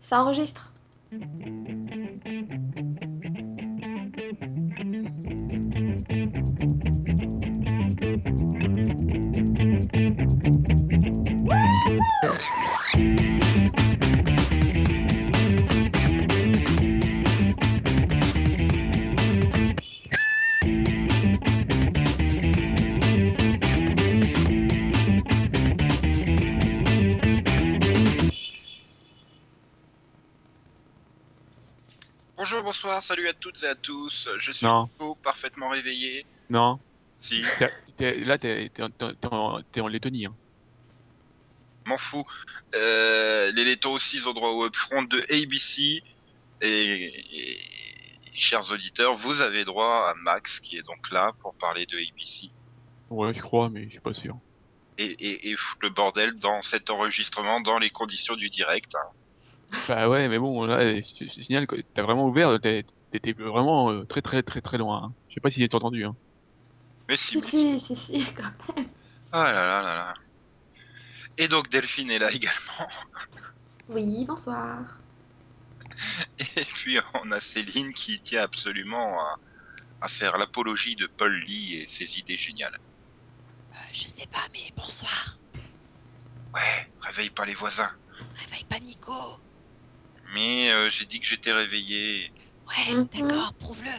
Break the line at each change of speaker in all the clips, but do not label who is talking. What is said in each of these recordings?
Ça enregistre.
Bonjour, bonsoir, salut à toutes et à tous. Je suis
Non,
beau, parfaitement réveillé.
non.
Si,
T'as- t'es- là, t'es t'es en- t'es en, t'es en Lettonie. Hein.
m'en fous. Euh, les Lettons aussi, ils ont droit au upfront de ABC. Et, et- chers auditeurs, vous avez droit à Max qui est donc là pour parler de ABC.
Ouais, je crois, mais je suis pas sûr.
Et, et, et foutre le bordel dans cet enregistrement, dans les conditions du direct. hein.
Bah ouais, mais bon, là, je je signale que t'as vraiment ouvert, t'es- t'étais vraiment euh, très très très très loin. hein. Je sais pas si t'as entendu. Hein.
Mais si,
Si, si, si, si, quand même.
Ah là là là là. Et donc Delphine est là également.
Oui, bonsoir.
Et puis on a Céline qui tient absolument à, à faire l'apologie de Paul Lee et ses idées géniales.
Euh, je sais pas, mais bonsoir.
Ouais, réveille pas les voisins.
Réveille pas Nico.
Mais euh, j'ai dit que j'étais réveillé.
Ouais,
Mhm.
d'accord, prouve-le.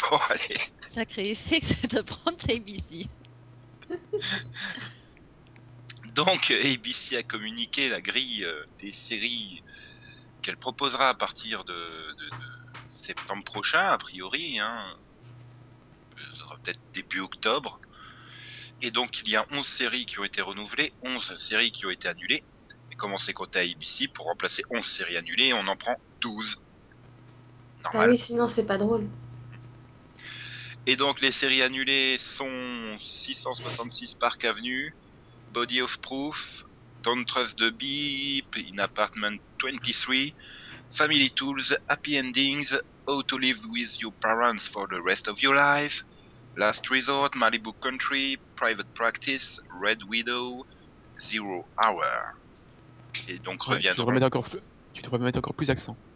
Bon allez.
Sacré effet que c'est de prendre tes bici.
Donc ABC a communiqué la grille euh, des séries qu'elle proposera à partir de, de- de septembre prochain, a priori. Hein. Euh, ça sera Peut-être début octobre. Et donc il y a 11 séries qui ont été renouvelées, 11 séries qui ont été annulées. Et comme on s'est compté à ABC, pour remplacer 11 séries annulées, on en prend 12.
Bah
Normal.
oui, sinon c'est pas drôle.
Et donc les séries annulées sont 666 Park Avenue, Body of Proof, Don't Trust the Beep, In Apartment 23, Family Tools, Happy Endings, How to Live with Your Parents for the Rest of Your Life, Last Resort, Malibu Country, Private Practice, Red Widow, Zero Hour. Et donc
Ouais, tu, devrais
reviendront.
mettre encore, plus- tu devrais mettre encore plus d'accent.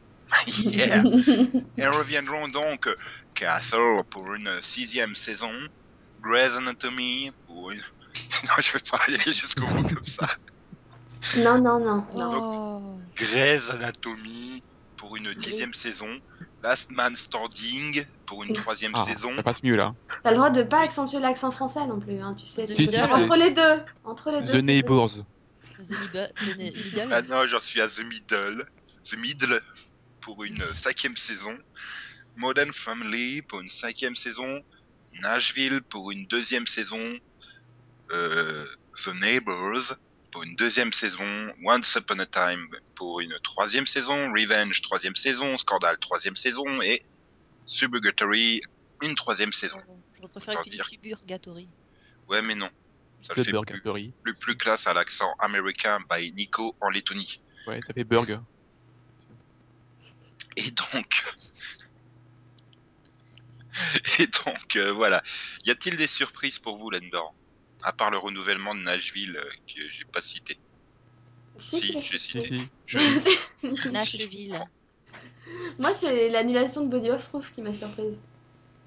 Yeah. Et reviendront donc Castle pour une sixième saison, Grey's Anatomy pour une... Non, je vais pas aller jusqu'au bout comme ça.
non, non, non, non.
Oh.
Grey's Anatomy pour une dixième saison, Last Man Standing pour une troisième
Ah,
saison,
ça passe mieux là.
T'as le droit de pas accentuer l'accent français non plus, hein, tu sais.
The
tu peux faire
Middle.
entre les deux. Entre les deux.
The
c'est
Neighbors.
The, Niba- The Ne- Middle.
ah non, j'en suis à The Middle, The Middle pour une cinquième saison, Modern Family pour une cinquième saison, Nashville pour une deuxième saison, euh, The Neighbors pour une deuxième saison, Once Upon a Time pour une troisième saison, Revenge troisième saison, Scandal troisième saison et Suburgatory une troisième saison.
Je préfère que tu dises
Dire.
Suburgatory.
Ouais mais non, ça
The
fait
Burger
plus,
Curry.
plus, plus classe à l'accent américain by Nico en Lettonie.
Ouais, ça fait Burger.
Et donc. Et donc, euh, voilà. Y a-t-il des surprises pour vous là-dedans À part le renouvellement de Nashville euh, que j'ai pas cité.
Si, tu
Si,
l'as
j'ai
Si,
cité.
si.
Nashville.
Moi, c'est l'annulation de Body of Proof qui m'a surprise.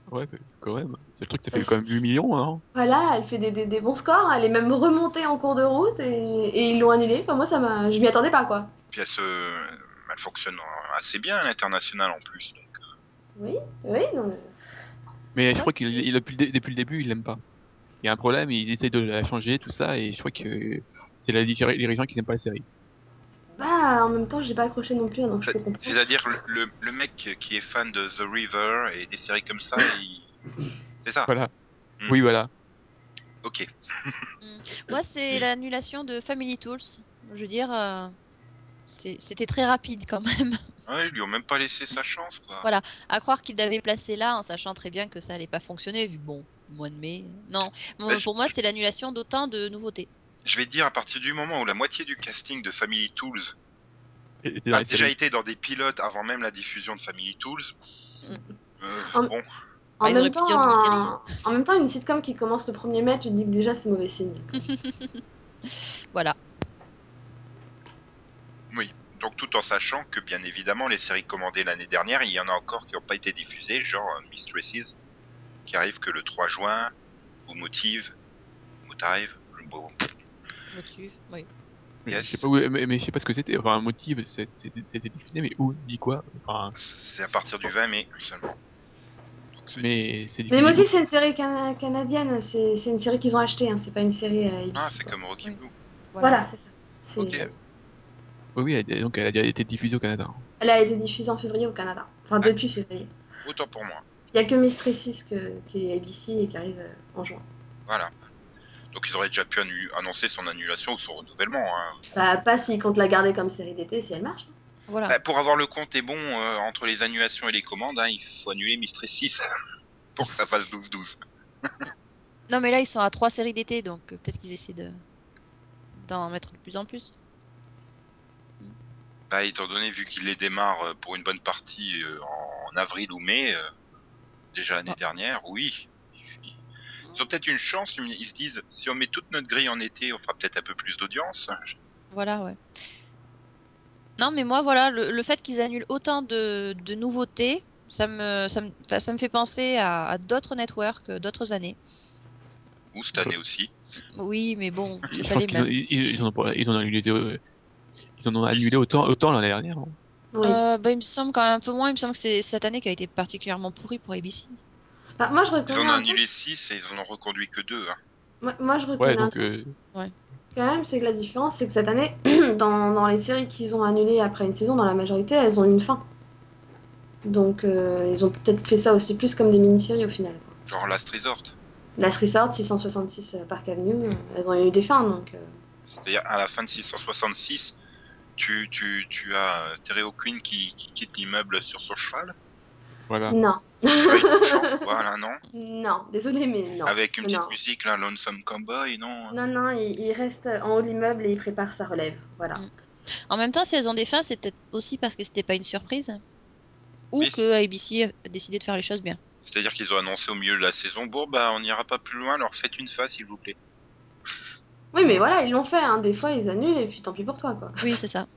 Ouais, mais quand même. C'est le truc, ça fait quand même 8 millions, hein.
Voilà, elle fait des, des- des bons scores, elle est même remontée en cours de route et, et ils l'ont annulée. Enfin, moi, ça m'a, je m'y attendais pas, quoi.
Puis elle, se... euh, elle fonctionne assez bien à l'international en plus. donc.
Oui, oui, non. mais-
Mais je
Ah,
crois qu'il
si.
il, depuis, le dé- depuis le début, il l'aime pas. Il y a un problème, il essaie de la changer, tout ça, et je crois que c'est la, les dirigeants qui n'aiment pas la série.
Bah, en même temps, j'ai pas accroché non plus, hein, donc je peux comprendre.
C'est-à-dire, le, le- le mec qui est fan de The River et des séries comme ça, il... c'est ça
Voilà.
Hmm.
Oui, voilà.
Ok.
Moi, c'est l'annulation de Family Tools. Je veux dire, euh, c'est- c'était très rapide quand même.
Ouais, ils lui ont même pas laissé sa chance, quoi.
Voilà. À croire qu'il l'avait placé là en sachant très bien que ça allait pas fonctionner, vu bon, mois de mai. Non, Bon,
Ouais, je-
pour moi, c'est l'annulation d'autant de nouveautés.
Je vais te dire, à partir du moment où la moitié du casting de Family Tools
Et- et dans
a
la
Bah, déjà
série.
été dans des pilotes avant même la diffusion de Family Tools.
Mm.
Euh,
En-
Bon,
Ah,
En,
ils auraient
même
pu
temps,
dire mini-série.
un- en même temps, une sitcom qui commence le 1er mai, tu te dis que déjà c'est mauvais signe.
Voilà.
Donc tout en sachant que bien évidemment les séries commandées l'année dernière, il y en a encore qui n'ont pas été diffusées, genre euh, Mistresses, qui arrive que le 3 juin, ou Motive, Motive, bon,
Motive, oui.
Mais
Yes.
Je sais pas où, mais, mais je sais pas ce que c'était. Enfin, un motif, c'est- c'était c'était diffusé, mais où, dit quoi Enfin,
c'est à partir du 20 mai seulement. Donc, c'est-
mais c'est diffusé.
Mais Motive, c'est une série cana- canadienne, c'est c'est une série qu'ils ont achetée, hein, c'est pas une série euh,
Ah,
ABC.
c'est comme Rocky
Oui.
Blue.
Voilà, c'est ça. C'est-
Ok.
Oui, oui, elle- donc elle a déjà été diffusée au Canada.
Elle a été diffusée en février au Canada, enfin
Ah.
depuis février.
Autant pour moi.
Il y a que Mistresses que, qui est ABC et qui arrive euh, en juin.
Voilà. Donc ils auraient déjà pu annu- annoncer son annulation ou son renouvellement. hein.
Bah, pas s'ils comptent la garder comme série d'été si elle marche.
Voilà.
Bah, pour avoir le compte et bon, euh, entre les annulations et les commandes, hein, il faut annuler Mistress 6 pour que ça fasse 12-12.
Non, mais là, ils sont à trois séries d'été, donc euh, peut-être qu'ils essaient de d'en mettre de plus en plus.
Bah, étant donné, vu qu'il les démarre euh, pour une bonne partie euh, en avril ou mai, euh, déjà l'année dernière, oui. Ils ont peut-être une chance, ils se disent, si on met toute notre grille en été, on fera peut-être un peu plus d'audience.
Voilà, ouais. Non, mais moi, voilà, le, le fait qu'ils annulent autant de, de nouveautés, ça me, ça, me, enfin, ça me fait penser à, à d'autres networks, euh, d'autres années.
Ou cette année aussi.
Oui, mais bon,
Je
c'est pas
pense
les
qu'ils ont,
mêmes.
ils, ils en ont, pas- ils en ont annulé deux- Ils en ont annulé autant, autant l'année dernière. hein.
Oui.
Euh, bah, il me semble quand même un peu moins. Il me semble que c'est cette année qui a été particulièrement pourrie pour ABC.
Bah, moi je
Ils
reconnais
en ont
un truc.
annulé 6 et ils en ont reconduit que hein. 2.
Moi, moi, je reconnais
Ouais,
un
donc
truc
euh,
quand même, c'est que la différence, c'est que cette année, dans, dans les séries qu'ils ont annulées après une saison, dans la majorité, elles ont une fin. Donc euh, ils ont peut-être fait ça aussi plus comme des mini-séries au final. quoi.
Genre Last Resort.
Last Resort, 666 euh, Park Avenue, euh, elles ont eu des fins donc. euh,
C'est-à-dire à la fin de 666, tu, tu, tu as euh, Terry O'Quinn qui, qui quitte l'immeuble sur son cheval.
voilà.
Non,
Joy Chant, voilà, non
non, désolé, mais non.
Avec une petite
Non.
musique, là, Lonesome Cowboy, non
Non, non, il, il reste en haut de l'immeuble et il prépare sa relève. Voilà.
Mm. En même temps, si elles ont des fins, c'est peut-être aussi parce que c'était pas une surprise. Ou
Mais-
que ABC a décidé de faire les choses bien.
C'est-à-dire qu'ils ont annoncé au milieu de la saison, bon, bah, on n'ira pas plus loin, alors faites une face, s'il vous plaît.
Oui, mais voilà, ils l'ont fait. hein. Des fois, ils annulent et puis tant pis pour toi, quoi.
Oui, c'est ça.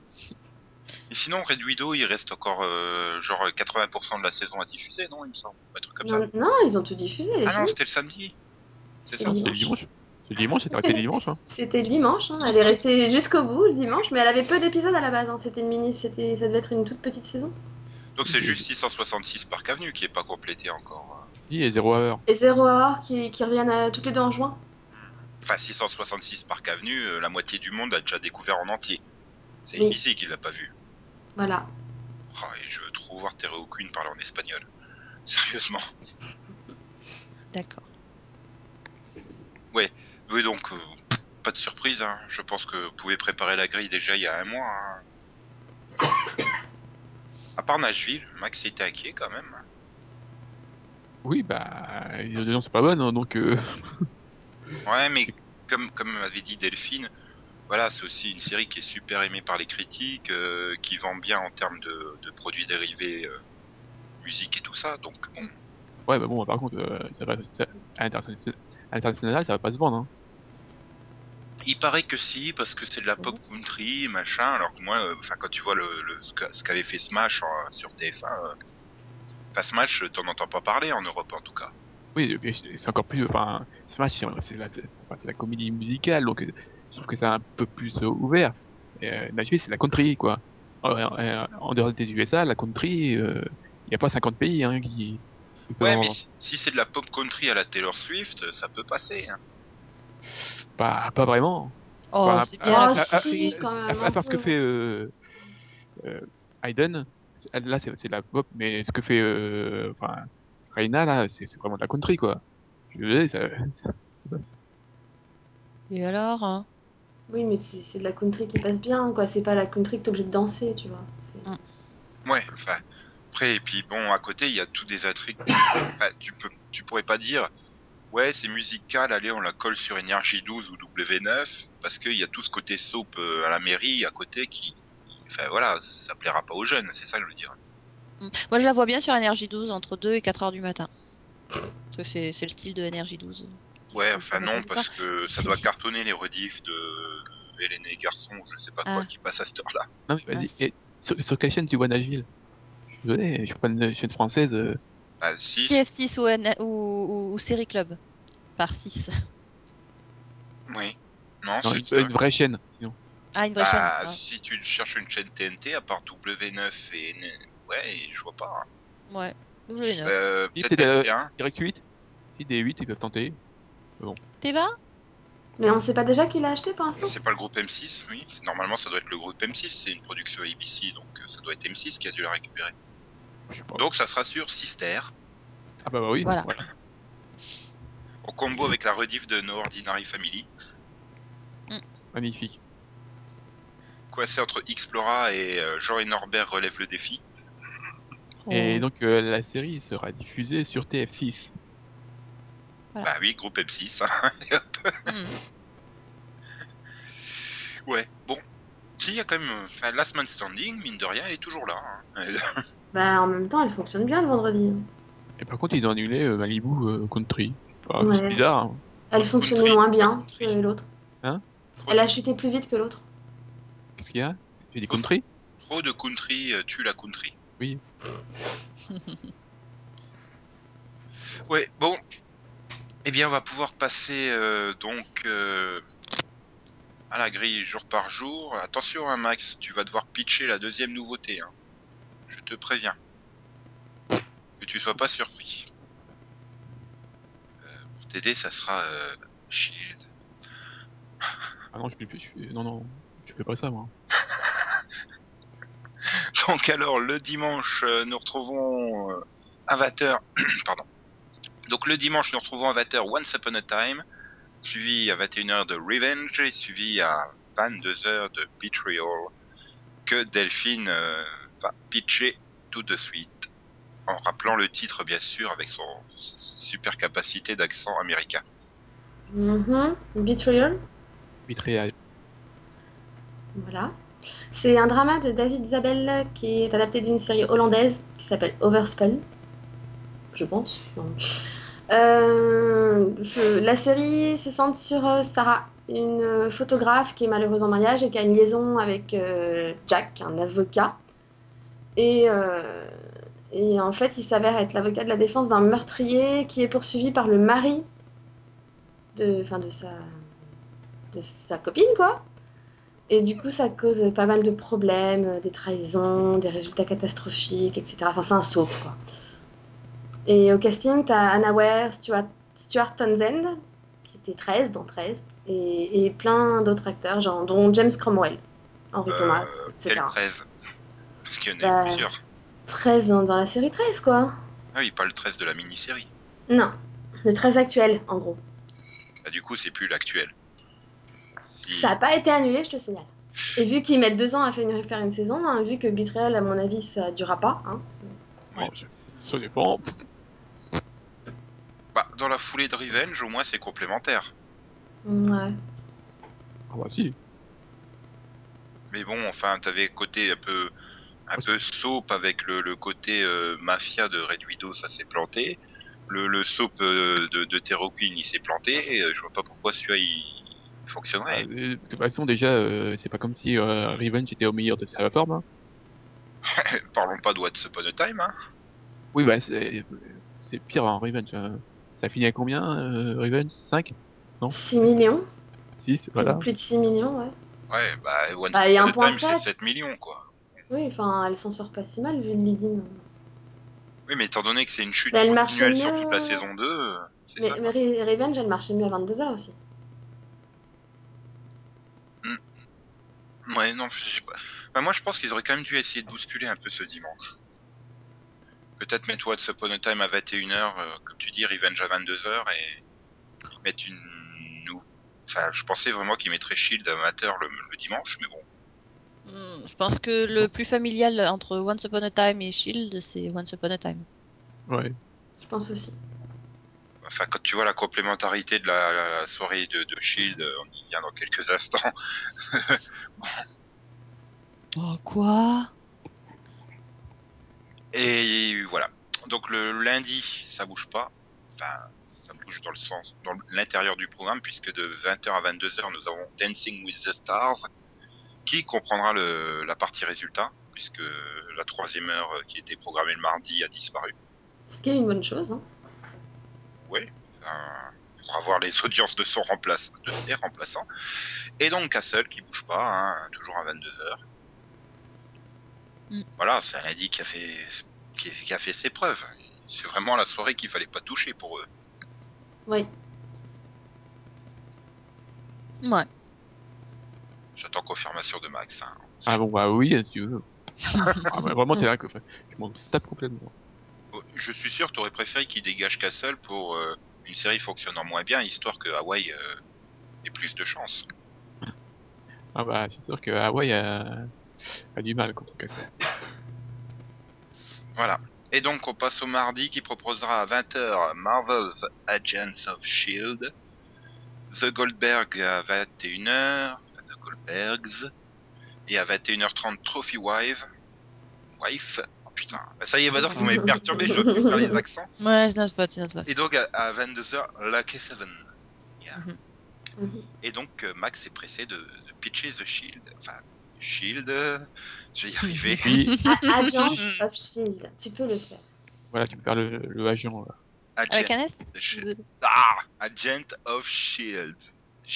Et sinon, Red Widow, il reste encore, euh, genre, 80% de la saison à diffuser, non, il me semble Un truc comme ça.
Non, non, ils ont tout diffusé, les
Ah non,
filles.
c'était le samedi C'est
C'est
ça
Non, C'était le dimanche. C'est le dimanche, c'est arrêté le dimanche. Hein.
C'était le dimanche. hein. Elle est restée jusqu'au bout le dimanche, mais elle avait peu d'épisodes à la base. hein. C'était une mini, c'était, ça devait être une toute petite saison.
Donc c'est juste 666 Park Avenue qui est pas complété encore.
Si, et zéro heure.
Et Zero Hour qui, qui reviennent euh, toutes les deux en juin.
Enfin, 666 Park Avenue, euh, la moitié du monde a déjà découvert en entier. C'est
Oui.
ici qu'il l'a pas vu.
Voilà.
Ah, et je veux trop voir Terry O'Quinn parler en espagnol. Sérieusement.
D'accord.
Oui, donc, euh, pas de surprise, hein. je pense que vous pouvez préparer la grille déjà il y a un mois. hein. à part Nashville, Max était acquis quand même. hein.
Oui, bah, les audiences sont pas bonnes, hein, donc euh,
Ouais, mais comme, comme avait dit Delphine, voilà, c'est aussi une série qui est super aimée par les critiques, euh, qui vend bien en termes de, de produits dérivés, euh, musique et tout ça, donc bon.
ouais, bah bon, par contre, euh, ça va, ça- à l'international- à l'international, ça va pas se vendre. Hein.
Il paraît que si, parce que c'est de la pop country, machin, alors que moi, euh, enfin, quand tu vois le, le- ce qu'a- ce qu'avait fait Smash en- sur TF1, euh, enfin, Smash, euh, t'en entends pas parler en Europe en tout cas.
Oui, mais c'est c'est encore plus. Enfin, Smash, c'est c'est la, c'est- enfin, c'est la comédie musicale, donc euh, je trouve que c'est un peu plus euh, ouvert. Et, Euh, Nashville, c'est la country, quoi. En, en- en dehors des USA, la country, il n'y a pas 50 pays hein, qui. qui peuvent
Ouais,
en-
mais si- si c'est de la pop country à la Taylor Swift, euh, ça peut passer. hein.
pas, pas vraiment.
Oh,
Enfin,
c'est bien.
ah,
la-
ah, si, quand même,
à- à
un
part ce
peu.
que fait euh, euh, Hayden, là, c'est c'est de la pop, mais ce que fait euh, enfin, Reina, là, c'est c'est vraiment de la country, quoi. Je suis désolé, ça-
Et alors hein
Oui, mais c'est, c'est de la country qui passe bien, quoi. C'est pas la country que t'es obligé de danser, tu vois. C'est-
Ouais, enfin. Après, et puis bon, à côté, il y a tout des intrigues. Enfin, tu, peux, tu pourrais pas dire, ouais, c'est musical, allez, on la colle sur Energy 12 ou W9, parce qu'il y a tout ce côté soap euh, à la mairie, à côté, qui. Enfin voilà, ça plaira pas aux jeunes, c'est ça que je veux dire.
Moi, je la vois bien sur Energy 12 entre 2 et 4 heures du matin. Parce que c'est c'est le style de NRJ12.
Ouais,
Ça, ça
enfin non,
m'étonne pas.
parce que ça doit cartonner les rediffs de Hélène et Garçon, je sais pas quoi,
Ah.
qui passe à cette heure-là.
Non, mais vas-y.
Mince.
et Sur, sur quelle chaîne tu vois Nashville Je suis désolé, je suis pas une chaîne française. euh,
Ah si,
TF6 ou, N- ou, ou- ou Série Club. Par 6.
oui. Non,
Non,
c'est
une, une vraie chaîne, sinon.
Ah, une vraie
Ah,
chaîne.
si tu cherches une chaîne TNT, à part W9 et... N- Ouais, je vois pas.
Ouais. Ah, Ouais. Ou le 9.
Euh,
Si,
peut-être
t'es de-
bien.
Direct 8 Si des 8, ils peuvent tenter.
Teva
Mais on sait pas déjà qui l'a acheté pour l'instant
C'est pas le groupe M6, oui. Normalement, ça doit être le groupe M6. C'est une production ABC, donc euh, ça doit être M6 qui a dû la récupérer.
Je sais pas.
Donc, ça sera sur Sister,
ah bah, bah oui.
Voilà.
en combo avec la rediff de No Ordinary Family.
Magnifique.
Quoi, c'est entre Xplora et euh, Jean et Norbert relèvent le défi.
Et
Oh.
donc, euh, la série sera diffusée sur TF6.
Ah.
Bah oui, groupe M6. hein.
Hmm.
ouais, bon. Si, il y a quand même. euh, Enfin, Last Man Standing, mine de rien, elle est toujours là. hein. Elle-
Bah en même temps, elle fonctionne bien le vendredi.
Et par contre, ils ont annulé euh, Malibu euh, Country. Je sais pas,
Ouais.
C'est bizarre. hein.
Elle
Country,
fonctionnait moins bien que
country.
l'autre.
Hein
Elle a chuté plus vite que l'autre.
Qu'est-ce qu'il y a J'ai dit Country
Trop de country euh, tue la country.
Oui.
ouais, bon. Eh bien, on va pouvoir passer euh, donc euh, à la grille jour par jour. Attention, hein, Max, tu vas devoir pitcher la deuxième nouveauté. hein. Je te préviens. Que tu sois pas surpris. Euh, pour t'aider, ça sera euh, Shield.
Ah non, je peux plus. je fais- Non, non, je fais pas ça, moi.
Donc alors le dimanche euh, nous retrouvons euh, Avatar pardon. Donc le dimanche nous retrouvons Avatar Once Upon a Time suivi à 21h de Revenge et suivi à 22h de Betrayal que Delphine euh, va pitcher tout de suite en rappelant le titre bien sûr avec son super capacité d'accent américain.
Mhm. Betrayal,
Vitré
voilà. C'est un drama de David Zabel qui est adapté d'une série hollandaise qui s'appelle Overspell. Je pense. Non. Euh, je- la série se centre sur euh, Sarah, une photographe qui est malheureuse en mariage et qui a une liaison avec euh, Jack, un avocat. Et, euh, et en fait, il s'avère être l'avocat de la défense d'un meurtrier qui est poursuivi par le mari de, enfin, de, sa, de sa copine, quoi. Et du coup, ça cause pas mal de problèmes, euh, des trahisons, des résultats catastrophiques, etc. Enfin, c'est un saut, quoi. Et au casting, t'as Anna Ware, Stuart, Stuart Townsend, qui était 13 dans 13, et, et plein d'autres acteurs, genre, dont James Cromwell, Henry
Euh,
Thomas, etc.
Quelle 13 Parce qu'il y en a
Bah.
plusieurs.
13 dans, dans la série 13, quoi.
Ah oui, pas le 13 de la mini-série.
Non, le 13 actuel, en gros.
Bah, du coup, c'est plus l'actuel. Si-
Ça n'a pas été annulé, je te signale. Et vu qu'ils mettent deux ans à faire une, faire une saison, hein, vu que Betrayal, à mon avis, ça durera pas. hein.
Oui.
Oh, Ça dépend.
Bah, dans la foulée de Revenge, au moins c'est complémentaire.
Ouais.
Ah bah si.
Mais bon, enfin, t'avais côté un peu, un peu soap avec le, le côté euh, mafia de Red Widow, ça s'est planté. Le, le soap euh, de, de Terror Queen, il s'est planté. Et, euh, je vois pas pourquoi celui-là, il, il fonctionnerait.
Ah, euh, de toute façon, déjà, euh, c'est pas comme si euh, Revenge était au meilleur de sa forme. hein.
Parlons pas de What's Upon a Time, hein.
Oui, bah c'est c'est pire en Revenge. hein. Ça finit à combien, euh, Revenge 5
6 millions
6 Voilà.
Plus de 6 millions, ouais.
Ouais, bah, One
Bah, il y a
Upon a Time,
1.7.
c'est 7 millions, quoi.
Oui, enfin, elle s'en sort pas si mal, vu le leading.
Oui, mais étant donné que c'est une chute
Mais Bah, elle marchait
continuelle sur
mieux.
toute la saison 2, euh, c'est
Mais,
ça.
mais Re- Revenge, elle marchait mieux à 22h aussi.
Ouais, non, je sais pas. Bah, moi, je pense qu'ils auraient quand même dû essayer de bousculer un peu ce dimanche. Peut-être mettre What's Upon a Time à 21h, euh, comme tu dis, Revenge à 22h, et mettre une... Nous. Enfin, je pensais vraiment qu'ils mettraient Shield à 20h le, le dimanche, mais bon.
Hmm, Je pense que le plus familial entre Once Upon a Time et Shield, c'est Once Upon a Time.
Ouais.
Je pense aussi.
Enfin, quand tu vois la complémentarité de la, la soirée de, de Shield, euh, on y vient dans quelques instants.
Oh, quoi
Et voilà. Donc le lundi, ça bouge pas. ben, ça bouge dans le sens, dans l'intérieur du programme, puisque de 20h à 22h, nous avons Dancing with the Stars, qui comprendra le, la partie résultat, puisque la troisième heure euh, qui était programmée le mardi a disparu.
Ce qui est une bonne chose. Hein.
Oui, ben, on pourra voir les audiences de son remplaçant, de ses remplaçants. Et donc Castle qui bouge pas, hein, toujours à 22h.
Mm.
Voilà, c'est un lundi qui a fait, qui, qui a fait ses preuves. C'est vraiment la soirée qu'il fallait pas toucher pour eux.
Oui.
Ouais.
J'attends confirmation de Max. hein.
Ah bon, bah oui, si tu veux. Ah, bah, vraiment, c'est là que enfin, je m'en tape complètement.
Oh, Je suis sûr, t'aurais préféré qu'il dégage Castle pour euh, une série fonctionnant moins bien, histoire que Hawaii euh, ait plus de chance.
Ah bah, c'est sûr que Hawaii a, a du mal contre Castle.
Voilà. Et donc, on passe au mardi qui proposera à 20h Marvel's Agents of S.H.I.E.L.D., E The Goldberg à 21h, The Goldbergs, et à 21h30 Trophy Wife. Wife Oh putain, Bah, ça y est, Bador, vous m'avez perturbé, je vais faire les accents.
Ouais, c'est notre faute, c'est notre faute.
Et donc, à, à 22h, Lucky Seven.
Mm-hmm.
Mhm.
Et donc euh, Max est pressé de, de pitcher The Shield. E Enfin, Shield, euh, je vais y arriver.
Oui,
Ah, Agence of Shield, E tu peux le faire.
voilà, tu peux faire le, le agent. là.
Agent
Avec un S
of Shield. Ah, Agent of Shield.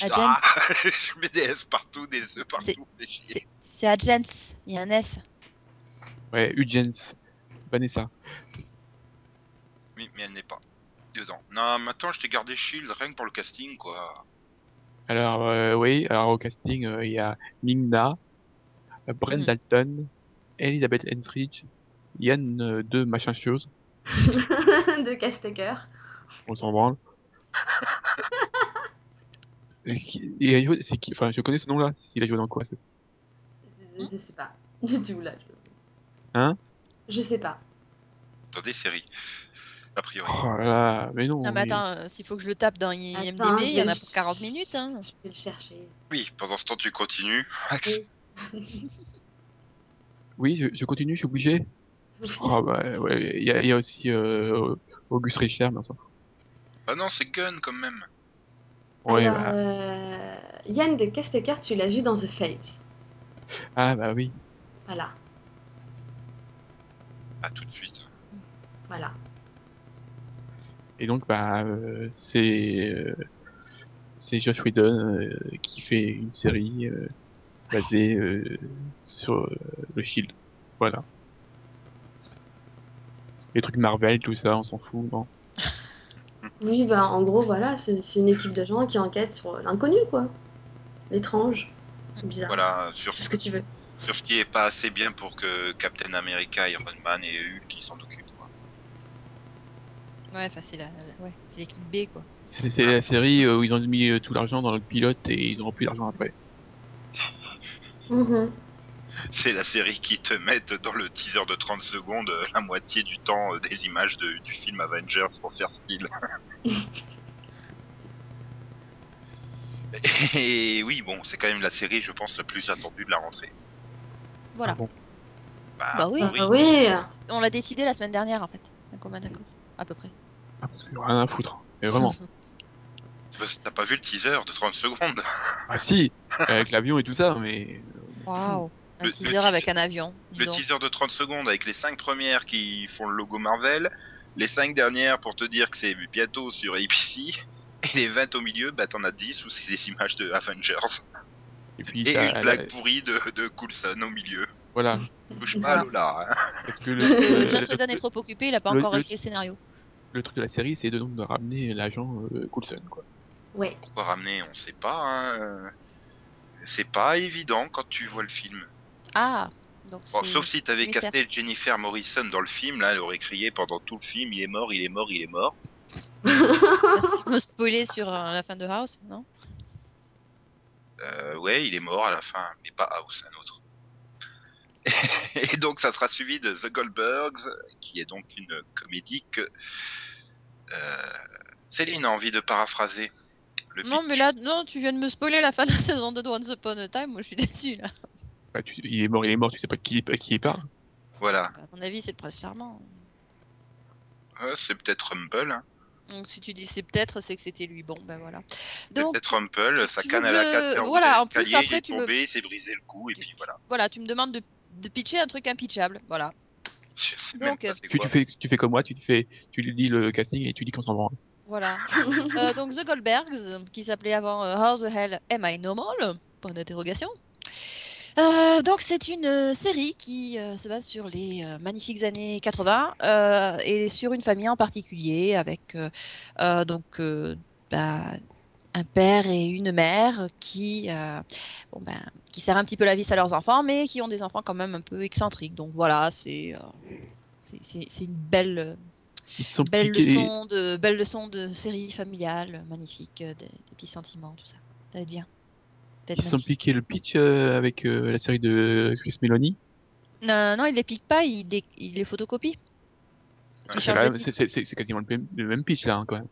Agent.
E Ah, je mets des S partout, des E partout. des Shield.
C'est- C'est Agents, il y a un S.
euh, Ouais, Udgens, Vanessa.
Oui, mais elle n'est pas dedans. Non, maintenant je t'ai gardé Shield E rien que pour le casting, quoi.
Alors, euh, oui, alors au casting, euh, il y a Mingna, euh, Brent
Mhm.
Dalton, Elizabeth Ensrich, Yann euh, de machin chose,
de Castaker.
on s'en branle. Et qui- et il y a- c'est qui- enfin, je connais ce nom-là, il a joué dans quoi ce-
Je, je sais pas du tout là. Je...
Hein
Je sais pas.
Dans des séries. A priori.
Oh là là, mais non.
Non, mais
mais-
attends, euh, s'il faut que je le tape dans
Attends,
IMDB, il y en a
je-
pour 40 minutes. Hein.
Je vais le chercher.
Oui, pendant ce temps tu continues.
Oui.
Oui, je, je continue, je suis obligé. Oh, bah, ouais, il y, a- il y a aussi euh, Auguste Richard, mais enfin,
Ah non, c'est Gun quand même.
Ah,
Ouais,
Alors,
bah,
euh, Yann de Castaker, tu l'as vu dans The Face.
ah bah oui.
Voilà,
Ah, tout de suite.
voilà.
Et donc, bah, euh, c'est euh, c'est Josh Whedon euh, qui fait une série euh, basée euh, sur euh, le Shield. Voilà. Les trucs Marvel, tout ça, on s'en fout, non
Oui, bah en gros, voilà, c'est c'est une équipe de gens qui enquête sur l'inconnu, quoi. L'étrange, c'est bizarre.
Voilà, sur
C'est ce que tu veux.
Sauf qu'il est pas assez bien pour que Captain America, Iron Man et Hulk ils s'en occupent. quoi.
Ouais, enfin, c'est la- la- ouais, c'est l'équipe B, quoi.
C'est c'est la série euh, où ils ont mis euh, tout l'argent dans le pilote et ils n'auront plus d'argent après.
Mhm.
C'est la série qui te met dans le teaser de 30 secondes euh, la moitié du temps euh, des images de- du film Avengers pour faire style. et oui, bon, c'est quand même la série, je pense, la plus attendue de la rentrée.
Voilà.
Ah bon.
Bah oui.
Ah, oui.
On l'a décidé la semaine dernière, en fait. Un commun d'accord, à peu près.
Ah, parce qu'ils ont rien à foutre. Mais vraiment.
Parce que T'as pas vu le teaser de 30 secondes
ah si, avec l'avion et tout ça, mais...
Waouh. Un
Le-
teaser
le
avec
teaser-
un avion. dis
Le
donc.
teaser de 30 secondes avec les 5 premières qui font le logo Marvel, les 5 dernières pour te dire que c'est bientôt sur ABC, et les 20 au milieu, bah t'en as 10 où c'est des images de Avengers.
Et puis,
Et
t'as-
une
la-
blague pourrie de, de Coulson au milieu.
voilà.
Bouge pas
Ah.
Lola. hein.
Parce que le,
Euh,
Euh,
le- le-
Joss Whedon est trop occupé, il a pas
le-
encore
le-
écrit le scénario.
le truc de la série, c'est de, donc, de ramener l'agent euh, Coulson, quoi.
Ouais.
Pourquoi ramener On sait pas. hein. C'est pas évident quand tu vois le film.
Ah donc c'est...
Bon, sauf si t'avais
mystère.
casté Jennifer Morrison dans le film, là elle aurait crié pendant tout le film, il est mort, il est mort, il est mort.
Merci de me spoiler sur euh, la fin de House, non
Euh, ouais, il est mort à la fin, mais pas House, un autre. Et donc, ça sera suivi de The Goldbergs, qui est donc une comédie que euh, Céline a envie de paraphraser. Le
Non,
pitch.
mais là, non, tu viens de me spoiler la fin de la saison 2 de Once Upon a Time, moi je suis déçu là.
Bah, tu- il est mort, il est mort, tu sais pas de qui, à qui il parle.
Voilà,
À mon avis, c'est le prince charmant.
Euh, c'est peut-être Rumble. hein.
Donc si tu dis c'est peut-être, c'est que c'était lui. Bon, ben voilà.
C'est
Donc
peut-être Rumple, sa
tu veux
canne
que
à la
je-
cassée en
voilà,
haut
en plus,
d'escalier, il
après,
est
tu me-
tombé, il s'est brisé le cou, et puis voilà.
voilà, tu me demandes de, de pitcher un truc impitchable. Voilà.
Je sais
Donc,
même
euh,
pas c'est
Tu,
quoi.
tu, fais, tu fais comme moi, tu fais, tu lui dis le casting et tu dis qu'on s'en branle.
Voilà. Euh, donc The Goldbergs, qui s'appelait avant euh, How the Hell Am I Normal Point d'interrogation. Euh, donc c'est une euh, série qui euh, se base sur les euh, magnifiques années 80 euh, et sur une famille en particulier avec euh, euh, donc euh, bah, un père et une mère qui euh, bon, ben, qui servent un petit peu la vis à leurs enfants mais qui ont des enfants quand même un peu excentriques. Donc voilà, c'est euh, c'est- c'est c'est une belle euh,
Ils se sont
Belle
piqués-
leçon, de, belle leçon de série familiale, magnifique, euh, des, des petits sentiments, tout ça. Ça va être bien. Ça va être
Ils se sont
magnifique.
piqués le pitch euh, avec euh, la série de Chris Meloni.
Non, non, il les pique pas, il, dé- il les photocopie.
Ouais,
Il
C'est
change
quand
le
même-
titre.
c'est- c'est- c'est- c'est quasiment le même, le même pitch là, hein, quand même.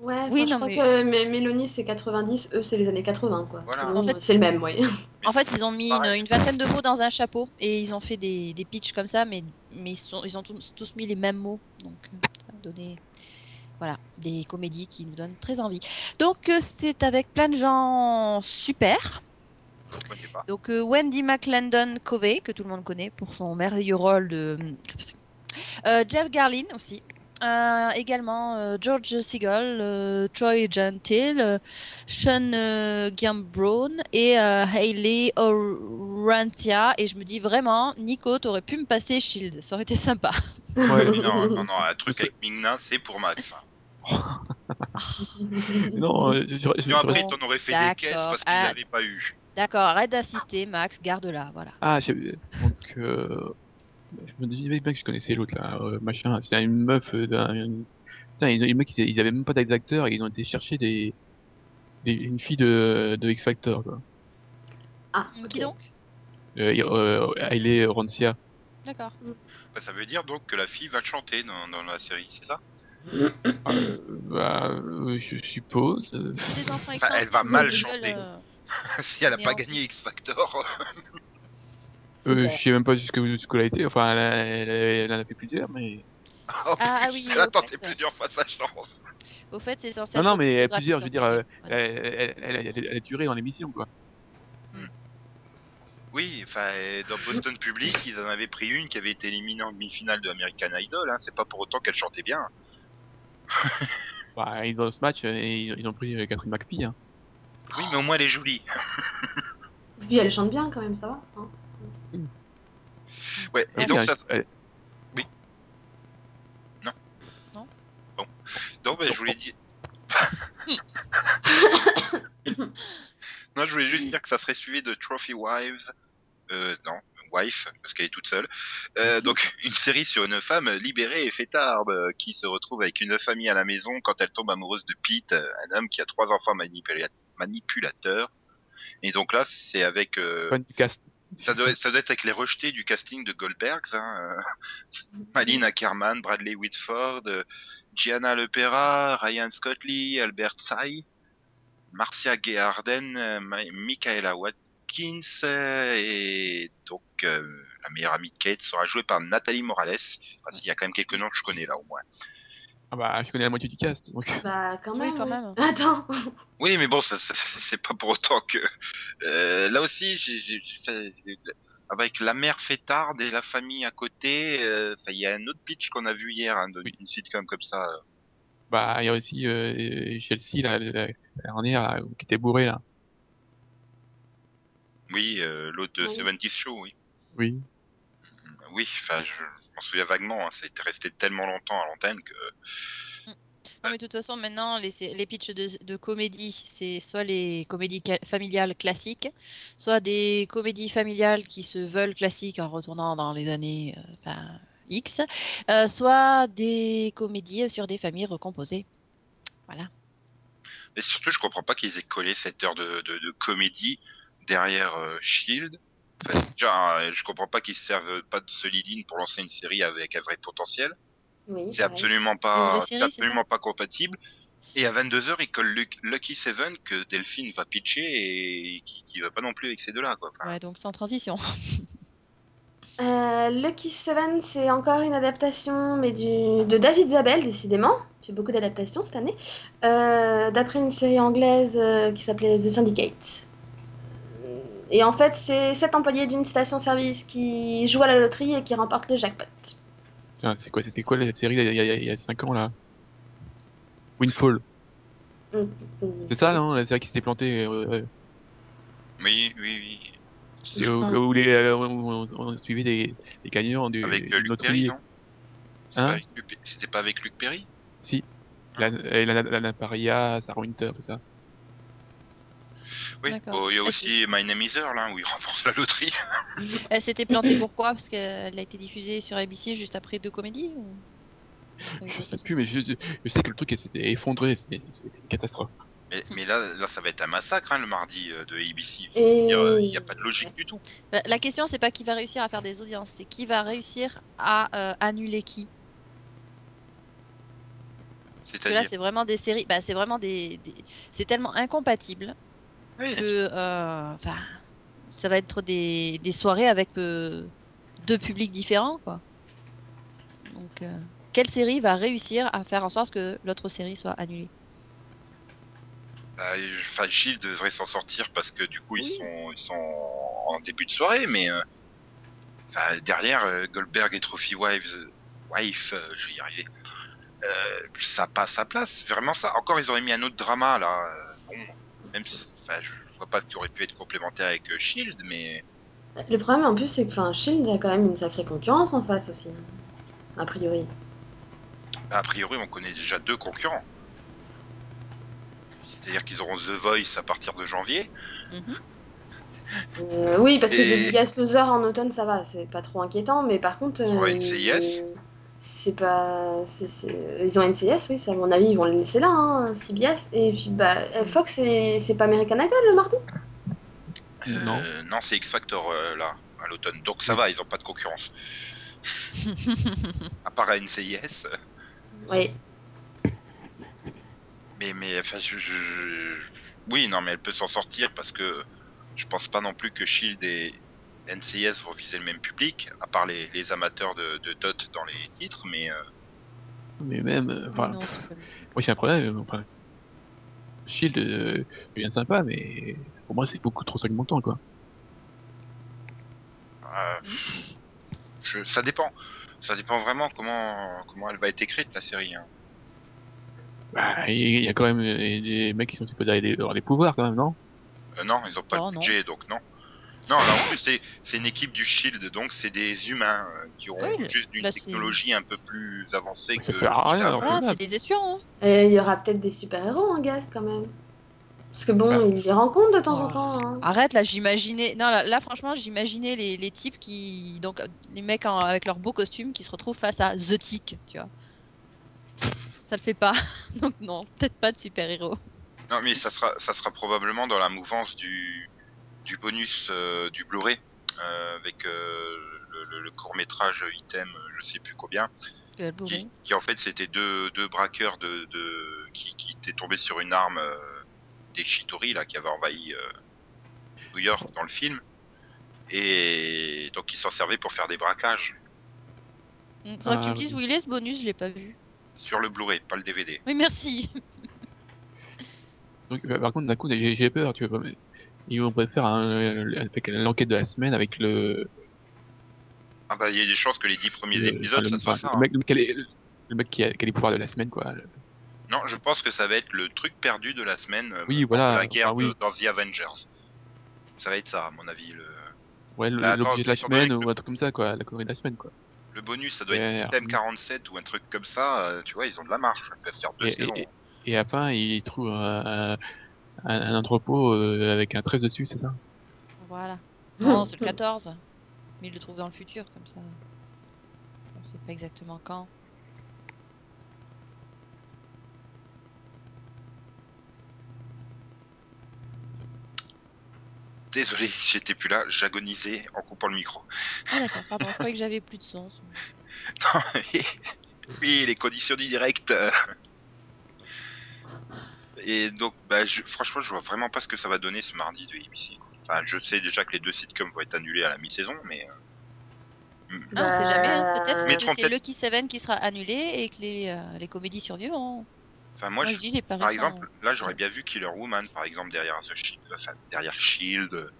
Ouais,
Oui,
enfin, je
non,
crois
mais- euh,
que mais Mélanie c'est 90, eux c'est les années 80 quoi.
Voilà.
Sinon,
En fait-
euh, c'est le même, oui.
En fait, ils ont mis une,
Pareil.
une vingtaine de mots dans un chapeau et ils ont fait des, des pitchs comme ça, mais, mais ils, sont, ils ont tous, tous mis les mêmes mots. Donc, euh, ça a donné voilà, des comédies qui nous donnent très envie. Donc, euh, c'est avec plein de gens super.
Je connais pas.
Donc euh, Wendy McClendon Covey, que tout le monde connaît pour son merveilleux rôle de... Euh, Jeff Garlin aussi. Euh, également euh, George Segal, euh, Troy Gentil, euh, Sean euh, Gambron et euh, Hayley Orantia. Et je me dis vraiment, Nico, t'aurais pu me passer Shield, ça aurait été sympa.
Ouais.
Non, non, non, un truc avec Migna, c'est pour Max. hein.
Non, euh, je- je- je-
Sinon, après,
bon,
t'en aurais fait des
d'accord.
caisses parce qu'il
Ah.
l'avait pas eu.
D'accord, arrête d'insister, Max, garde-la, voilà.
Ah, je... donc euh... je me disais bien que je connaissais l'autre là, euh, machin. C'est une meuf euh, d'un. Putain, ils, les mecs, ils, ils avaient même pas d'acteurs et ils ont été chercher des, des une fille de, de X Factor quoi.
Ah,
Qui
ok.
donc
Euh, et, euh, Hailey Rancia.
D'accord.
Bah, ça veut dire donc que la fille va le chanter dans, dans la série, c'est ça
Euh, bah, euh, je suppose. euh,
Si des enfants
Bah, elle va
excentriques,
mal
ils veulent,
chanter.
euh,
Si elle a
Mais
pas
en-
gagné X Factor.
Euh, je sais même pas jusqu'où jusqu'où elle a été. Enfin, elle, a- elle, a- elle en a fait plusieurs, mais.
Oh,
Ah,
putain,
oui,
Elle a
au
tenté
fait.
plusieurs fois sa chance.
Au fait, c'est censé
Non,
être
non, mais
autobiographique,
plusieurs, je veux
en
dire,
fait.
euh, Elle, elle, elle, elle, elle a duré dans l'émission quoi.
Oui, enfin, euh, dans Boston Public, ils en avaient pris une qui avait été éliminée en demi-finale de American Idol. Hein. C'est pas pour autant qu'elle chantait bien.
Bah, ils ont ce match euh, et ils, ils ont pris euh, Catherine McPhee. Hein.
Oh.
Oui, mais au moins elle est jolie.
Puis elle chante bien quand même, ça va. hein.
Ouais. Et
Ah,
donc
bien,
ça,
elle-
non, bah, je voulais dire. non, je voulais juste dire que ça serait suivi de Trophy Wives. Euh, non, Wife, parce qu'elle est toute seule. Euh, donc, une série sur une femme libérée et fêtarde euh, qui se retrouve avec une famille à la maison quand elle tombe amoureuse de Pete, euh, un homme qui a trois enfants manipula- manipulateurs. Et donc là, c'est avec euh,
fan du cast.
Ça doit, ça doit être avec les rejetés du casting de Goldbergs. Hein. euh, Malin Ackerman, Bradley Whitford, euh, Gianna Lepera, Ryan Scott Lee, Albert Tsai, Marcia Gay Harden, euh, Ma- Michaela Watkins euh, et donc euh, la meilleure amie de Kate sera jouée par Nathalie Morales. Enfin, s'il y a quand même quelques noms que je connais là au moins.
Ah bah, je connais la moitié du cast. Donc...
Bah quand
Oui,
même.
quand même.
Attends.
Oui, mais bon, ça- ça- c'est pas pour autant que. Euh, là aussi, j'ai j'ai- j'ai fait- avec la mère fêtarde et la famille à côté. euh, enfin, Il y a un autre pitch qu'on a vu hier, hein, d'une une sitcom comme ça. euh.
Bah, il y a aussi euh, Chelsea, la, la, la dernière, là, qui était bourrée, là.
Oui, euh, l'autre de
Oui.
70 Show, oui.
Oui.
Oui, enfin, je m'en souviens vaguement. Hein, c'était resté tellement longtemps à l'antenne que.
Non, mais de toute façon, maintenant, les, sé- les pitchs de, de comédie, c'est soit les comédies ca- familiales classiques, soit des comédies familiales qui se veulent classiques en retournant dans les années euh, ben, X, euh, soit des comédies sur des familles recomposées.
Mais surtout, je comprends pas qu'ils aient collé cette heure de, de, de comédie derrière euh, Shield. Enfin, déjà, euh, je comprends pas qu'ils se servent pas de Solidine pour lancer une série avec un vrai potentiel.
Oui.
C'est
ouais.
absolument
Une
pas,
vraie série,
c'est
c'est
absolument pas compatible. Et à 22h, il colle Luc- Lucky Seven que Delphine va pitcher et qui, qui va pas non plus avec ces deux-là, quoi. Enfin,
Ouais, donc sans transition.
Euh, Lucky Seven, c'est encore une adaptation mais du, de David Zabel, décidément. J'ai beaucoup d'adaptations cette année. Euh, D'après une série anglaise euh, qui s'appelait The Syndicate. Et en fait, c'est sept employés d'une station-service qui jouent à la loterie et qui remportent le jackpot.
Putain, c'est quoi, c'était quoi cette série il y a- il y a 5 ans là Windfall. C'est ça, non La série qui s'était plantée. euh, euh,
Oui, oui,
c'est où,
Ah.
où les, euh, où on, on suivait des, des gagnants
oui.
du
Avec
du
euh, Luc Perry,
loterie.
non C'est
Hein
pas avec Luc Pe- C'était pas avec Luc Perry
La, euh, la, la- la Paria, Sarah Winter, tout ça.
Oui.
D'accord.
Bon, il y a
Ah,
aussi My Name is Earl, hein, où il remporte la loterie.
Elle s'était plantée pourquoi Parce qu'elle a été diffusée sur ABC juste après deux comédies ou-
Je sais plus, mais je, je- je sais que le truc elle s'était effondré, c'était c'était une catastrophe.
Mais, mais là, là, ça va être un massacre hein, le mardi euh, de ABC.
Et...
Il n'y a, euh, il y a pas de logique du tout.
La- La question, c'est pas qui va réussir à faire des audiences, c'est qui va réussir à euh, annuler qui. Parce que là,
C'est-à-dire.
c'est vraiment des séries. Bah, c'est vraiment des. des- C'est tellement incompatible
Oui.
que. euh, Enfin. ça va être des, des soirées avec euh, deux publics différents, quoi. Donc. euh, Quelle série va réussir à faire en sorte que l'autre série soit annulée
Bah, je- Enfin, Shield devrait s'en sortir parce que du coup, ils,
Oui.
sont, ils sont en début de soirée, mais euh, enfin, derrière, euh, Goldberg et Trophy Wives, euh, Wife, euh, je vais y arriver, euh, ça passe sa place, vraiment ça. Encore, ils auraient mis un autre drama là. euh, Bon, même si, enfin, je vois pas qui aurait pu être complémentaire avec euh, Shield, mais
Le problème en plus, c'est que enfin, Shield a quand même une sacrée concurrence en face aussi, hein. a priori.
a priori, on connaît déjà deux concurrents. C'est-à-dire qu'ils auront The Voice à partir de janvier.
Mhm.
Euh, oui, parce que
Et-
The Biggest Loser en automne, ça va, c'est pas trop inquiétant, mais par contre.
Ils ont
euh,
NCIS.
C'est pas. c'est- c'est- Ils ont NCIS, oui, ça, à mon avis, ils vont le laisser là, hein, CBS. Et puis, bah, euh, Fox, c'est c'est pas American Idol le mardi
Non.
Euh, non, c'est X Factor euh, là, à l'automne. Donc ça va, ils ont pas de concurrence. À part à NCIS. euh,
Oui.
Mais, mais enfin, je, je- Oui, non, mais elle peut s'en sortir parce que je pense pas non plus que Shield et NCIS vont viser le même public, à part les, les amateurs de, de Dot dans les titres, mais euh,
Mais même. euh,
Mais
enfin,
non, c'est pas le-
Moi, c'est un problème. euh, Enfin, Shield, euh, c'est bien sympa, mais pour moi, c'est beaucoup trop segmentant, quoi.
euh, je- ça dépend. Ça dépend vraiment comment, comment elle va être écrite, la série. hein.
Bah, il y a quand même euh, des mecs qui sont supposés avoir des, avoir des pouvoirs, quand même, non
Euh, non, ils ont pas
Oh,
de
non.
budget, donc non. Non, là, en plus, c'est- c'est une équipe du Shield, donc c'est des humains euh, qui auront
Oui, mais
juste une
là, c'est-
technologie un peu plus avancée
Mais
que.
ça sert à rien,
que-
alors.
Voilà,
Incroyable.
c'est des espions. hein.
Et il y aura peut-être des super-héros en gaz quand même. Parce que bon,
Ah.
Bah.
ils les rencontrent de temps en
Ouais.
temps. hein.
Arrête là, j'imaginais. Non, là, là, franchement, j'imaginais les, les types qui. Donc, les mecs en- avec leurs beaux costumes qui se retrouvent face à The Tick, tu vois. Ça le fait pas. Donc, non, peut-être pas de super-héros.
Non, mais ça sera, ça sera probablement dans la mouvance du, du bonus euh, du Blu-ray euh, avec euh, le, le- le court-métrage item, euh, je sais plus combien,
Euh, Blu-ray.
qui, qui, en fait c'était deux, deux braqueurs de, de, qui, qui étaient tombés sur une arme euh, des Chitori là, qui avait envahi euh, New York dans le film. Et donc ils s'en servaient pour faire des braquages
Mm, Faudrait que tu
Ah,
me dises où il est ce bonus, je l'ai pas vu.
sur le Blu-ray, pas le DVD.
Oui, merci.
Donc, bah, par contre, d'un coup, j'ai j'ai peur, tu vois. mais Ils vont préférer un- avec l'enquête de la semaine avec le.
Ah bah il y a des chances que les dix premiers
le-
épisodes
enfin,
ça
le-
soit
enfin,
ça.
le
hein. Euh,
mec, le mec, qui a- le mec qui, a, qui a les pouvoirs de la semaine, quoi.
hein. Non, je pense que ça va être le truc perdu de la semaine. euh,
Oui,
lors
voilà,
de la guerre
enfin, oui.
de- dans The Avengers. Ça va être ça, à mon avis. Le,
Ouais, le-
Bah, attends,
l'objet de la
étant donné
semaine
que-
ou un truc comme ça, quoi. La connerie de la semaine, quoi.
le bonus, ça doit
Ouais,
être System
alors,
47 ou un truc comme ça. euh, tu vois, ils ont de la marche. Ils peuvent faire deux
Et- et-
saisons.
Et à la fin, ils trouvent un, un- un entrepôt euh, avec un 13 dessus, c'est ça
Voilà. Non, c'est le 14. Mais il le trouve dans le futur, comme ça. On sait pas exactement quand.
Désolé, j'étais plus là. J'agonisais en coupant le micro.
Ah, d'accord, pardon, je croyais que j'avais plus de son. c'est bon.
Non, mais- oui, les conditions du direct. euh. Et donc, bah, je- franchement, je vois vraiment pas ce que ça va donner ce mardi de ABC. quoi. Enfin, je sais déjà que les deux sitcoms vont être annulés à la mi-saison, mais euh,
Ah, on sait jamais, hein.
Bah,
peut-être
Mais
que c'est
37.
Lucky Seven qui sera annulé et que les, euh, les comédies survivront.
Enfin,
Moi,
moi,
je
je-
dis les paris
par
sont-
exemple, là, j'aurais bien vu Killer Woman, par exemple, derrière The Shield. Enfin, derrière Shield.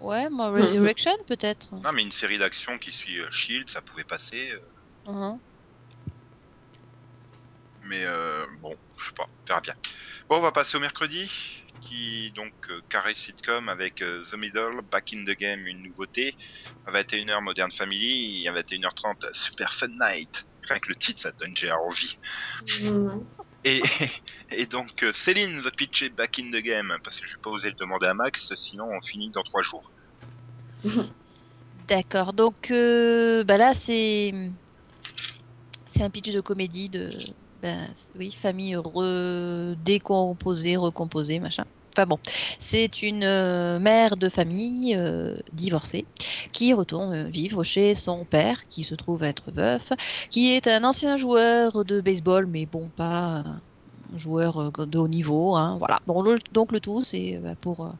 Ouais, moi, Resurrection peut-être.
Non, mais une série d'actions qui suit euh, Shield, ça pouvait passer. euh,
Mhm.
Mais euh, bon, je sais pas, on verra bien. Bon, on va passer au mercredi, qui donc euh, carré sitcom avec euh, The Middle, Back in the Game, une nouveauté. À 21h, Modern Family, et à 21h30, Super Fun Night. Rien que le titre, ça te donne j'ai envie.
Mm,
Et, et donc, euh, Céline va pitcher Back in the Game, parce que je vais pas oser le demander à Max, sinon on finit dans trois jours.
D'accord. Donc euh, bah là, c'est c'est un pitch de comédie de ben, c- oui, famille re- décomposée, recomposée, machin. Enfin bon, c'est une euh, mère de famille euh, divorcée qui retourne euh, vivre chez son père, qui se trouve être veuf, qui est un ancien joueur de baseball, mais bon, pas un joueur euh, de haut niveau. hein, voilà. Bon, le- donc le tout, c'est euh, bah, pour, euh,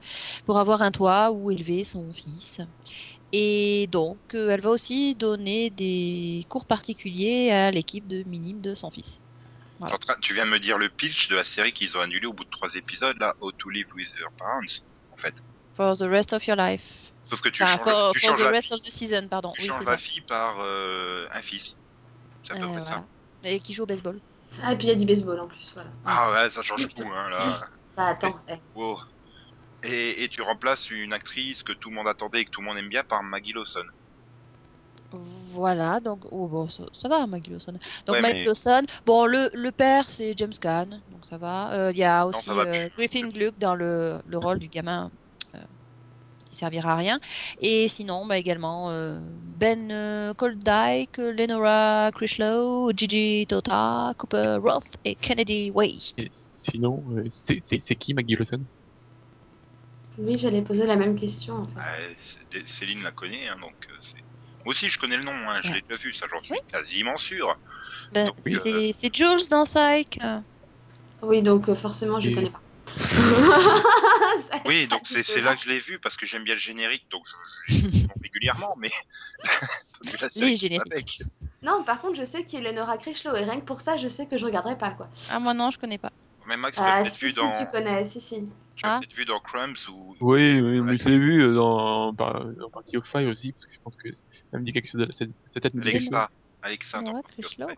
pour avoir un toit où élever son fils. Et donc, euh, elle va aussi donner des cours particuliers à l'équipe de minime de son fils. Voilà.
T'es en train- tu viens de me dire le pitch de la série qu'ils ont annulé au bout de trois épisodes, là, How to Live with Your Parents, en fait.
For the rest of your life.
Sauf que tu
Enfin,
changes,
for,
tu
for
changes
the
la
rest of the season, pardon.
Tu
Oui,
changes
c'est
la
ça.
fille par euh, un fils. C'est à peu
Euh,
près
voilà.
ça.
Et qui joue au baseball.
mm. Ah, et puis il y a du baseball en plus, voilà.
Ah ouais, ça change tout, hein, là.
Bah, attends, eh.
Wow. Et, et tu remplaces une actrice que tout le monde attendait et que tout le monde aime bien par Maggie Lawson.
Voilà, donc oh, bon, ça, ça va, Mike Lawson. Donc
Ouais,
Mike
mais-
Lawson, bon, le, le père c'est James Caan, donc ça va. Euh, Il y a aussi
ça va
euh, Griffin Gluck dans le, le rôle du gamin euh, qui servira à rien. Et sinon, bah, également euh, Ben euh, Coldyke, Lenora Krishlow, Gigi Tota, Cooper Roth et Kennedy Waite.
Sinon, euh, c'est- c'est c'est qui Maggie Lawson
oui, j'allais poser la même question en fait.
Ouais, Ah, c'est- Céline la connaît, hein, donc euh, c'est- Moi aussi, je connais le nom, hein, je l'ai déjà vu, ça j'en suis quasiment sûr.
Ben,
Oui, euh,
c'est c'est Jules dans Psych. euh,
Oui, donc euh, forcément, je
Et-
connais pas.
Oui, donc c'est c'est là que je l'ai vu parce que j'aime bien le générique, donc je, je- je le prends régulièrement, mais. mais la série,
Les génériques.
avec.
Non, par contre, je sais qu'il est Nora Krishlow et rien que pour ça, je sais que je regarderai pas quoi.
Ah, moi non, je connais pas.
Même Max, tu l'as
Ah,
peut-être
si,
vu
si,
dans.
tu connais, si, si.
tu l'as
Ah.
peut-être vu dans Crumbs ou.
Oui,
Ouais.
oui, mais je l'ai vu euh, dans, par- dans Party of Five aussi, parce que je pense que ça me dit quelque chose, cette, cette tête me dit quelque chose.
Alexa. Alexa, dans
Nora
Party of
Krishlow.
Five.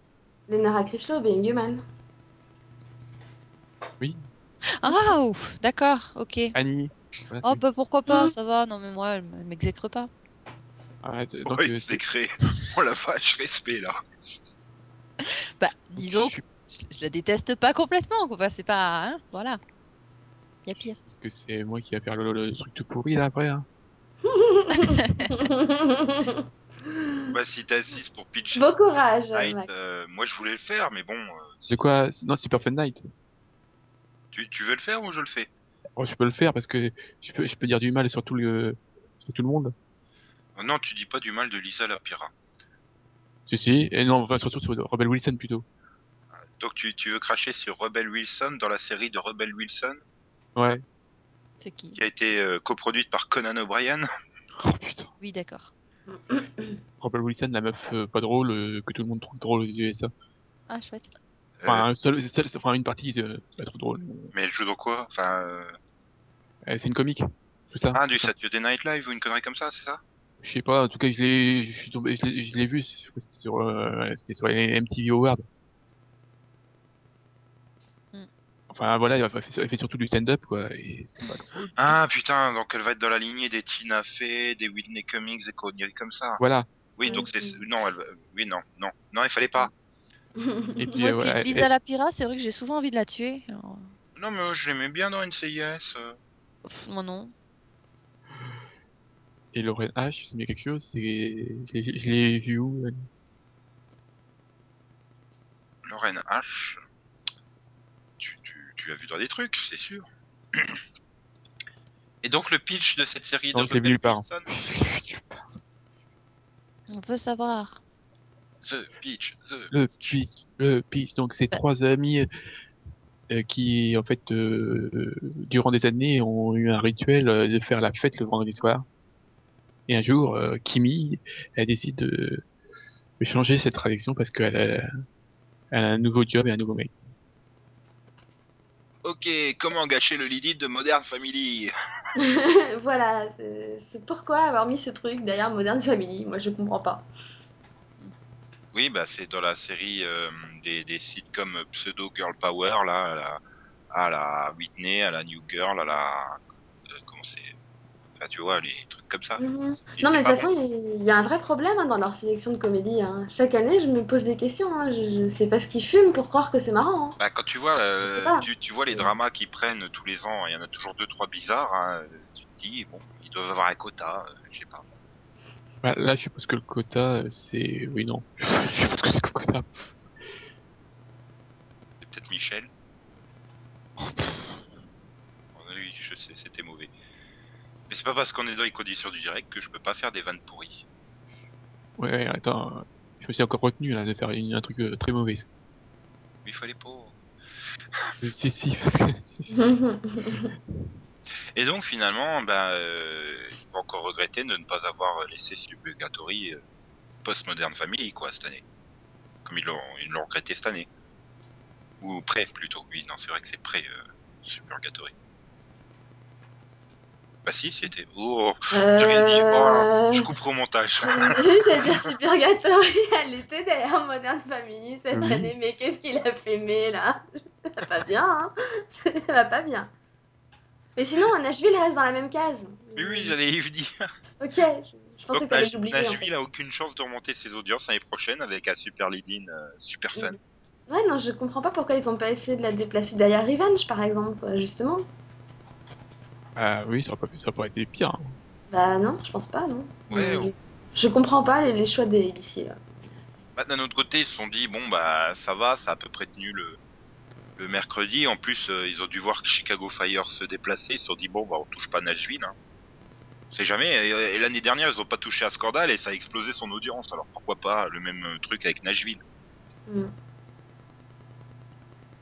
Les Nora Krishlow, Being Human.
Ah, ouf, d'accord, ok.
Annie. Voilà,
Ah,
Oh
c'est-
bah pourquoi pas,
Mm.
ça va, non mais moi elle m- elle m'exècre pas.
ah, c'est- donc,
Oui,
euh,
c'est
c'est-
créé. Oh la vache, respect là.
Bah disons
je-
que je, je la déteste pas complètement, quoi, c'est pas... Hein, voilà. Y a pire.
Parce que c'est moi qui vais faire le, le truc tout pourri là après. Hein.
Bah, si t'assistes pour pitcher
Beau courage,
Night,
Max.
euh, moi je voulais le faire, mais bon, euh,
C'est quoi Non, c'est Perfect Night.
tu, tu veux le faire ou je le fais
Oh, je peux le faire parce que je peux, je peux dire du mal sur tout le, sur tout le monde.
Oh Non, tu dis pas du mal de Lisa la hein. Pira.
Si, si. Et non, enfin, surtout sur Rebel Wilson plutôt.
Donc tu, tu veux cracher sur Rebel Wilson dans la série de Rebel Wilson
Ouais.
C'est qui
qui a été euh, coproduite par Conan O'Brien
Oh putain.
Oui d'accord.
euh.
Rebel Wilson, la meuf euh, pas drôle, euh, que tout le monde trouve drôle aux USA.
Ah chouette.
Enfin, un seul, seul, enfin une partie, euh, pas trop drôle.
euh, Mais elle joue dans quoi Enfin, euh,
Euh, c'est une comique. Tout ça.
ah, du Saturday Night Live ou une connerie comme ça, c'est ça
Je sais pas, en tout cas, je l'ai, je suis tombé, je l'ai, je l'ai vu, je crois que c'était sur, euh, c'était sur les MTV Awards.
Hmm.
Enfin, voilà, elle fait, elle fait surtout du stand-up, quoi, et c'est pas drôle.
Ah putain, donc elle va être dans la lignée des Tina Fey, des Whitney Cummings et conneries comme ça.
Voilà.
Oui,
Mm.
donc c'est. Non, elle... oui, non, non, non, il fallait pas.
Et puis,
Moi,
euh,
puis
ouais,
Lisa
elle-
Lapira, c'est vrai que j'ai souvent envie de la tuer. alors,
Non, mais euh, je l'aimais bien dans NCIS. euh.
pff, moi non.
et Lauren H, ça me dit quelque chose, c'est, je l'ai, je l'ai vu où, elle
Lorraine H. Tu, tu- tu l'as vu dans des trucs, c'est sûr. Et donc le pitch de cette série
Non,
de
je l'ai vu nulle part.
Robinson,
On veut savoir.
The pitch, the...
Le pitch, le pitch. Donc,
Bah.
c'est trois amis euh, qui, en fait, euh, euh, durant des années, ont eu un rituel euh, de faire la fête le vendredi soir. Et un jour, euh, Kimi, elle décide de, de changer cette traduction parce qu'elle a, elle a un nouveau job et un nouveau mec.
Ok, comment gâcher le Lilith de Modern Family
voilà, c'est c'est pourquoi avoir mis ce truc derrière Modern Family Moi, je comprends pas.
Oui, bah c'est dans la série euh, des, des sitcoms pseudo girl power là, à la, à la Whitney, à la New Girl, à la euh, comment c'est Enfin, tu vois les trucs comme ça.
Mhm.
Ah, Et
Non,
c'est
mais de
pas
toute façon, il y a un vrai problème hein, dans leur sélection de comédie. hein. Chaque année, je me pose des questions. hein. Je, je sais pas ce qu'ils fument pour croire que c'est marrant. hein.
Bah, quand tu vois, euh,
Je sais pas.
tu, tu vois les dramas qu'ils prennent tous les ans, hein, il y en a toujours deux trois bizarres. hein, tu te dis bon, ils doivent avoir un quota, euh, je sais pas.
Bah, là, je suppose que le quota, euh, c'est... Oui, non. je suppose que c'est le quota.
C'est peut-être Michel. Oui, je sais, c'était mauvais. Mais c'est pas parce qu'on est dans les conditions du direct que je peux pas faire des vannes pourries.
Ouais, ouais, attends. euh, Je me suis encore retenu là de faire une- un truc euh, très mauvais.
Mais il fallait pas. hein.
Si, si. parce que-
Et donc finalement, ben, euh, il faut encore regretter de ne pas avoir laissé Subugatory euh, post-moderne family quoi cette année. Comme ils l'ont ils l'ont regretté cette année. Ou pré plutôt. Oui, non, c'est vrai que c'est pré euh, Suburgatory. Bah si, c'était. Oh, j'avais dit. Oh,
Euh,
je coupe au montage.
J'allais dire Supergatory, elle était derrière Modern Family cette
Oui.
année, mais qu'est-ce qu'il a fait mais là Ça va pas bien, hein Ça va pas bien. Mais sinon, Nashville reste dans la même case.
Mais oui, j'allais y venir.
Ok, je, je pensais
Donc,
que t'allais
Naj-
l'oublier. en fait.
Nashville hein. a aucune chance de remonter ses audiences l'année prochaine avec un super lead-in euh, super fun.
Ouais, non, je comprends pas pourquoi ils ont pas essayé de la déplacer derrière Revenge, par exemple, quoi, justement.
Ah oui, ça aurait, pas, ça aurait pas été pire. hein.
Bah non, je pense pas, non.
Ouais,
Euh, Je comprends pas les, les choix des ABC, là.
Bah, D'un autre côté, ils se sont dit, bon, bah, ça va, ça a à peu près tenu le, le mercredi. En plus, euh, ils ont dû voir Chicago Fire se déplacer. Ils se sont dit, bon, bah, on touche pas Nashville. Hein. On sait jamais. Et, et l'année dernière, ils ont pas touché à Scandal et ça a explosé son audience. Alors pourquoi pas le même euh, truc avec Nashville
Mm.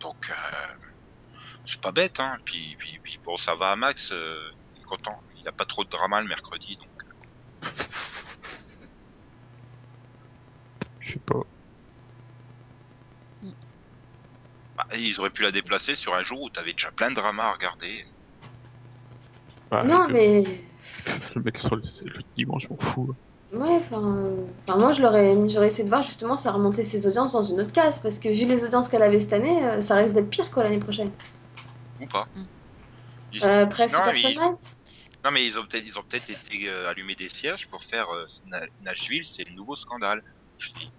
Donc, euh, c'est pas bête. Hein. Puis, puis, puis, bon, ça va à Max. euh, il est content. Il a pas trop de drama le mercredi. Donc,
Je sais pas.
bah, ils auraient pu la déplacer sur un jour où t'avais déjà plein de drama à regarder.
Bah,
non,
je-
mais.
je vais le mettre sur le, le dimanche, je m'en fous.
Ouais, enfin, euh, enfin, moi je l'aurais, j'aurais essayé de voir justement ça remonter ses audiences dans une autre case parce que vu les audiences qu'elle avait cette année, euh, ça risque d'être pire quoi l'année prochaine.
Ou pas.
Euh, après
Non,
Super
mais-
Fortnite
Non, mais ils ont peut-être ils ont peut-être été euh, allumés des cierges pour faire euh, Na- Nashville, c'est le nouveau scandale. Je dis.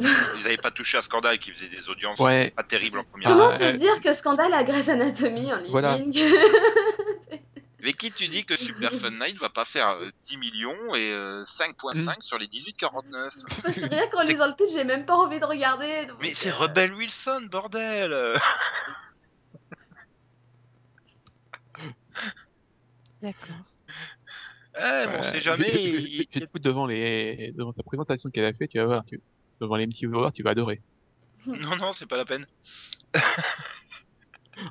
Ils n'avaient pas touché à scandale qui faisait des audiences
Ouais,
pas terribles en première.
Comment
Ah,
te
euh,
dire que Scandale a Grey's Anatomy en ligne
Voilà.
Mais qui tu dis que Super Fun Night va pas faire euh, 10 millions et euh,
Mm.
5.5 sur les 18-49
Parce que rien qu'en lisant le pitch, j'ai même pas envie de regarder. donc,
Mais c'est
euh,
Rebel Wilson, bordel
D'accord.
Eh, mais on
Euh,
sait jamais.
je- je- je-
il-
je- je t'écoute devant les devant sa présentation qu'elle a fait, tu vas voir, tu- devant les petits viewers, tu vas adorer.
Non, non, c'est pas la peine.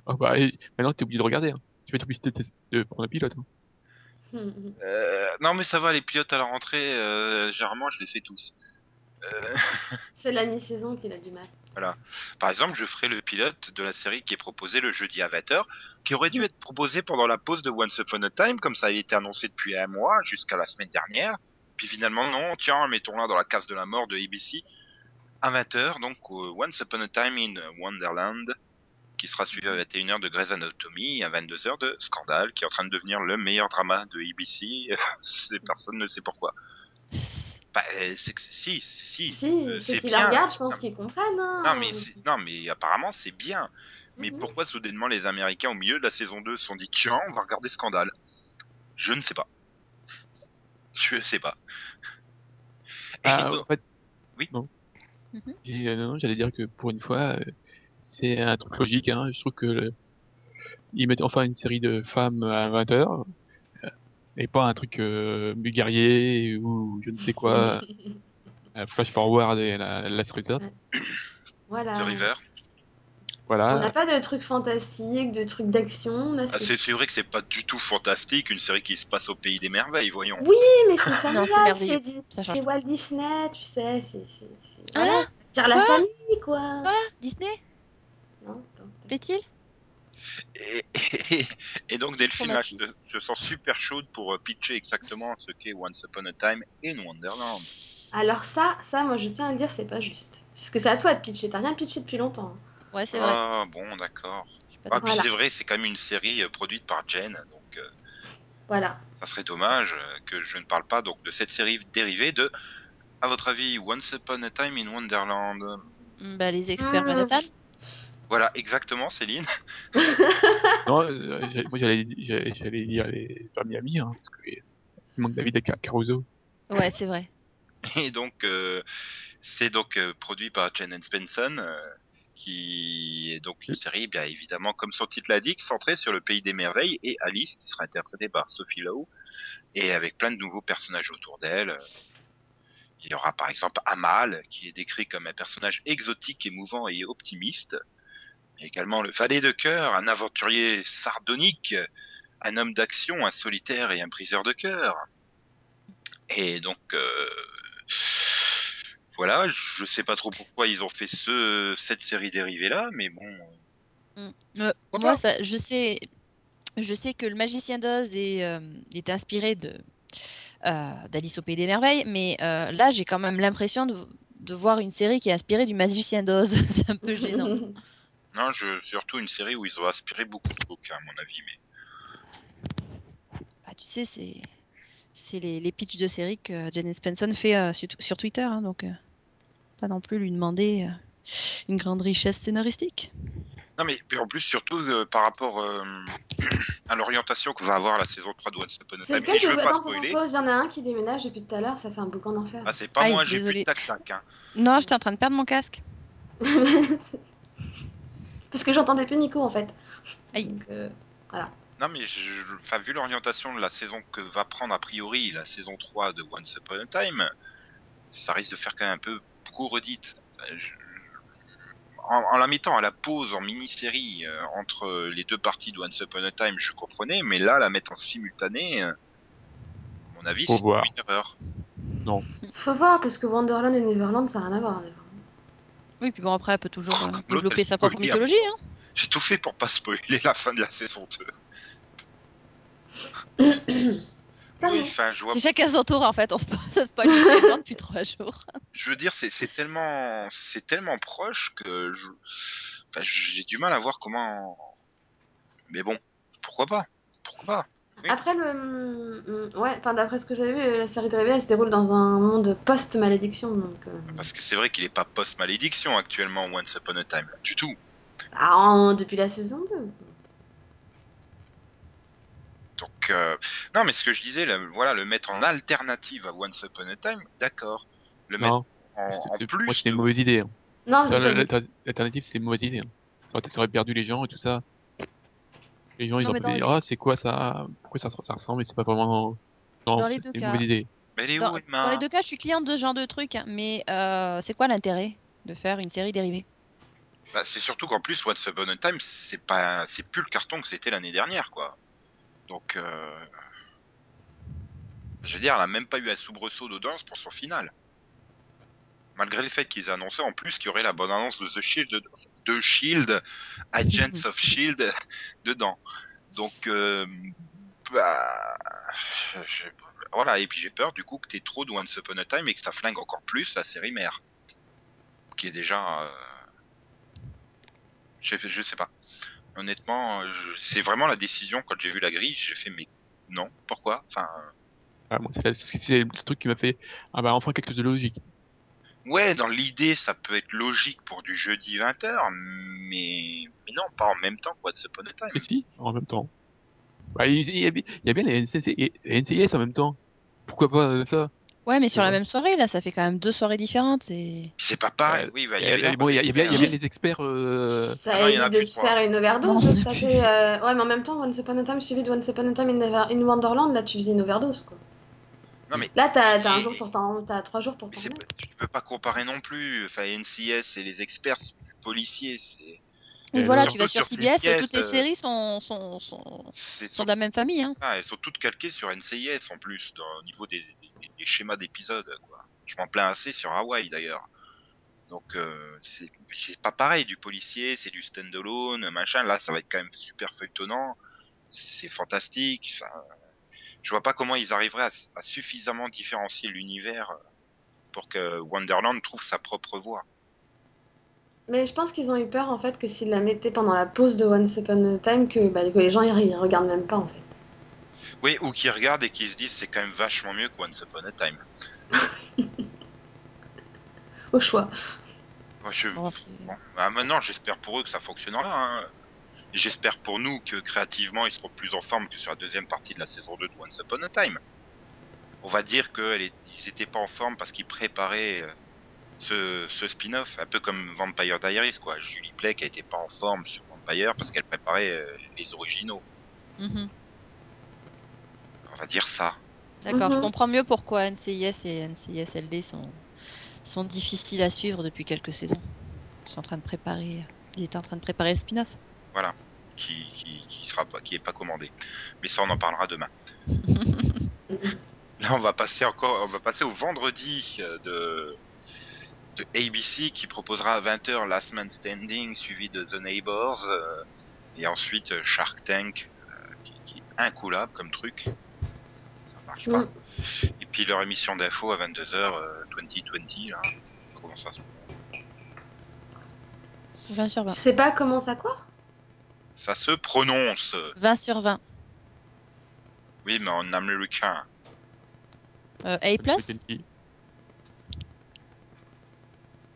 Oh bah et- maintenant t'es obligé de regarder. hein. Tu vas être obligé de, de- de prendre un pilote. hein.
Hmm,
Euh, non, mais ça va, les pilotes à la rentrée, euh, généralement, je les fais tous.
C'est la mi-saison qu'il a du mal.
Par exemple, je ferai le pilote de la série qui est proposée le jeudi à 20h, qui aurait dû être proposé pendant la pause de Once Upon a Time, comme ça a été annoncé depuis un mois, jusqu'à la semaine dernière. Puis finalement, non, tiens, mettons-la dans la case de la mort de ABC à 20h, donc euh, Once Upon a Time in Wonderland, qui sera suivi à 21h de Grey's Anatomy et à 22h de Scandal, qui est en train de devenir le meilleur drama de ABC. C'est- Personne ne sait pourquoi. Bah, euh, c'est que si, si,
Si, ceux
euh, c'est
qui la
bien.
regardent, je pense qu'ils comprennent. hein.
Non mais, c'est- non, mais apparemment c'est bien. Mais
Mhm.
pourquoi soudainement les Américains au milieu de la saison 2 se sont dit tiens on va regarder Scandale Je ne sais pas. Je sais pas. Et
Ah,
donc-
en fait,
Oui.
Non.
Mhm.
Et, euh, non, non, j'allais dire que pour une fois, euh, c'est un truc logique. hein. Je trouve que le- ils mettent enfin une série de femmes à 20h et pas un truc euh, Bulgarier ou je ne sais quoi, euh, Flash Forward et la, la Street Up.
Voilà.
The River.
On n'a
Voilà.
pas de trucs fantastiques, de trucs d'action. là,
Ah,
c'est-
c'est c'est vrai que c'est pas du tout fantastique, une série qui se passe au pays des merveilles, voyons.
Oui, mais c'est
Ah, Non,
familial.
c'est merveilleux.
c'est Di-
Ça change
C'est
tout.
Walt Disney, tu sais. C'est. c'est- c'est-
Ah,
voilà, ça attire la
quoi
famille, quoi.
Quoi Disney
Non, attends, attends.
plaît-il
Et, et- et donc Delphine, là, je,
Traumatise.
je sens super chaude pour euh, pitcher exactement ce qu'est Once Upon a Time in Wonderland.
Alors, ça, ça, moi, je tiens à le dire, c'est pas juste. Parce que c'est à toi de pitcher. T'as rien pitché depuis longtemps.
Ouais, c'est vrai.
Ah bon, d'accord.
Je suis pas
Ah,
d'accord.
puis
Voilà.
c'est vrai, c'est quand même une série euh, produite par Jen, donc euh,
Voilà.
ça serait dommage euh, que je ne parle pas donc de cette série dérivée de, à votre avis, Once Upon a Time in Wonderland.
Mm, bah, les
Ah.
experts
Mm.
Manhattan.
Voilà, exactement, Céline.
Non, euh, j'ai- moi j'allais j'allais- j'allais dire les vers Miami, hein, parce que il manque David Car- Caruso.
Ouais, c'est vrai.
Et donc, euh, c'est donc euh, produit par Jen Spenson, euh, qui est donc une série, bien évidemment, comme son titre l'indique, centrée sur le pays des merveilles et Alice, qui sera interprétée par Sophie Lowe, et avec plein de nouveaux personnages autour d'elle. Il y aura par exemple Amal, qui est décrit comme un personnage exotique, émouvant et optimiste. Mais également le valet de cœur, un aventurier sardonique, un homme d'action, un solitaire et un briseur de cœur. Et donc, euh, voilà, je sais pas trop pourquoi ils ont fait ce, cette série dérivée là, mais bon.
Mm. Euh, moi, ça- je sais, je sais que le magicien d'Oz est, euh, est inspiré de euh, d'Alice au pays des merveilles, mais euh, là, j'ai quand même l'impression de, de voir une série qui est inspirée du magicien d'Oz. c'est un peu gênant.
Non, je, surtout une série où ils ont aspiré beaucoup de coca, à mon avis. Mais
Bah, tu sais, c'est c'est les, les pitchs de série que Janice Spenson fait euh, sur, sur Twitter, hein, donc euh, pas non plus lui demander euh, une grande richesse scénaristique.
non, mais puis en plus surtout euh, par rapport euh, à l'orientation que va avoir la saison 3 de Once Upon a
C'est
Time. Et
lequel
je
que
veux
vous...
pas
Attends,
spoiler.
pause. Il y en a un qui déménage depuis tout à l'heure. Ça fait un boucan d'enfer.
Ah, c'est pas
Aïe,
moi, j'ai plus
désolé.
le tac tac. Hein.
Non, j'étais en train de perdre mon casque.
Parce que j'entendais plus Nico, en fait.
Aïe.
Donc, euh, voilà.
Non, mais je, enfin, vu l'orientation de la saison que va prendre a priori la saison 3 de Once Upon a Time, ça risque de faire quand même un peu beaucoup redite. Euh, je- En, en la mettant à la pause en mini-série euh, entre les deux parties de Once Upon a Time, je comprenais, mais là, la mettre en simultané, euh, à mon avis,
Faut
c'est
voir.
une erreur.
Faut voir, parce que Wonderland et Neverland, ça n'a rien à voir.
Oui, puis bon, après, elle peut toujours
Oh,
euh,
comme l'autre,
développer
elle
sa
peut le
propre
dire.
mythologie. hein.
J'ai tout fait pour pas spoiler la fin de la saison 2.
Pardon.
Oui, enfin, je vois
C'est chacun son tour, en fait. On se ça se spoil mutuellement depuis trois jours.
je veux dire, c'est c'est tellement, c'est tellement proche que je- enfin, j'ai du mal à voir comment. Mais bon, pourquoi pas Pourquoi pas Oui.
Après, le... mm, ouais, enfin, d'après ce que j'avais vu, la série de réveil, elle se déroule dans un monde post-malédiction. Donc, euh,
Ah, Parce que c'est vrai qu'il est pas post-malédiction actuellement, Once Upon a Time, là, du tout.
ah, en- depuis la saison 2.
Donc, euh, non, mais ce que je disais, le, voilà, le mettre en alternative à Once Upon a Time, d'accord. Le mettre
Non,
en,
c'est-
en
c'est-
plus.
moi c'était une
de-
mauvaise idée. hein.
Non,
Ça,
parce que
Ah,
ça-
la- l'alter- L'alternative c'était une mauvaise idée. hein. Ça aurait, ça aurait perdu les gens et tout ça. Les gens ils
Non,
ont
mais dans
fait
les-
ah c'est quoi ça Pourquoi ça, ça ressemble et c'est pas vraiment. Non,
Dans les
c'est
deux
une
cas.
mauvaise idée.
Mais elle est
Dans,
où, Emma
dans les deux cas, je suis cliente de ce genre de truc, hein, mais euh, c'est quoi l'intérêt de faire une série dérivée
Bah, c'est surtout qu'en plus, Once Upon a Time, c'est pas, c'est plus le carton que c'était l'année dernière, quoi. Donc, euh, je veux dire, elle a même pas eu un soubresaut d'audience pour son final. Malgré le fait qu'ils annonçaient en plus qu'il y aurait la bonne annonce de The Shield, de Shield, Agents of Shield dedans. Donc, euh, bah, je- voilà. Et puis j'ai peur du coup que t'aies trop de Once Upon a Time et que ça flingue encore plus la série mère, qui est déjà euh, je, je sais pas. Honnêtement, euh, je- c'est vraiment la décision quand j'ai vu la grille, j'ai fait mais non, pourquoi Enfin,
Ah, bon, c'est la- c'est- c'est le truc qui m'a fait ah bah enfin quelque chose de logique.
ouais, dans l'idée, ça peut être logique pour du jeudi 20h, mais, mais non, pas en même temps quoi de ce Upon a Time.
Si, si, en même temps. Bah, il, il y a, bi- il y a bien les NCC les NCIS en même temps. Pourquoi pas euh, ça
Ouais, mais sur la
Ouais.
même soirée, là, ça fait quand même deux soirées différentes. Et...
C'est pas pareil.
Euh,
oui, bah, il y
Et-
avait
et Bon, il y a, il y a bien, il y a bien
Juste-
les experts. Euh...
Ah
Ça
non, il y en a
évite de
plus
te
trois.
faire une overdose.
Non,
de
il y en a
taper,
plus.
euh, Ouais, mais en même temps, Once Upon a Time suivi de Once Upon a Time in, Never- in Wonderland, là, tu faisais une overdose, quoi.
Non, mais-
Là, t'as t'as un
Et-
jour pour t'en... T'as trois jours pour
Mais
t'en
c'est
remettre.
pas- tu peux pas comparer non plus. Enfin, NCS et les experts, c'est du policier, c'est
Donc
Et
voilà,
surtout
tu vas sur
sur
CBS,
PBS,
toutes les
euh,
séries sont, sont, sont,
C'est
sont de la même famille. Hein.
Ah, elles sont toutes calquées sur NCIS en plus, dans, au niveau des, des- des schémas d'épisodes. quoi. Je m'en plains assez sur Hawaii d'ailleurs. Donc euh, c'est c'est pas pareil du policier, c'est du standalone, machin. Là, ça va être quand même super feuilletonnant. C'est fantastique. Enfin, je vois pas comment ils arriveraient à, à suffisamment différencier l'univers euh, pour que Wonderland trouve sa propre voie.
Mais je pense qu'ils ont eu peur en fait que s'ils la mettaient pendant la pause de Once Upon a Time, que, bah, que les gens ils, ils regardent même pas en fait.
Oui, ou qui regardent et qui se disent c'est quand même vachement mieux que Once Upon a Time.
Au choix.
Moi, je,
Bon,
Bon, bah, maintenant, j'espère pour eux que ça fonctionnera. Hein. Et J'espère pour nous que créativement, ils seront plus en forme que sur la deuxième partie de la saison 2 de Once Upon a Time. On va dire qu'ils n'étaient pas en forme parce qu'ils préparaient euh, ce, ce spin-off, un peu comme Vampire Diaries, quoi. Julie Plec qui n'était pas en forme sur Vampire parce qu'elle préparait euh, les originaux.
mhm.
On va dire ça.
D'accord, je
Mhm.
comprends mieux pourquoi NCIS et NCISLD sont, sont difficiles à suivre depuis quelques saisons. Ils sont en train de préparer, ils étaient en train de préparer le spin-off.
Qui, qui, qui sera pas, qui est pas commandé. Mais ça, on en parlera demain. Là, on va passer encore, on va passer au vendredi euh, de, de ABC qui proposera à 20h Last Man Standing suivi de The Neighbors euh, et ensuite euh, Shark Tank euh, qui, qui est incoulable comme truc. Ça marche pas.
Mm.
Et puis leur émission d'info à euh, 22h 2020 là. Comment ça se
20 sur
Tu
20.
sais pas comment ça quoi
ça se prononce.
20 sur 20.
Oui, mais en américain.
Euh, A+,
C'est une fille.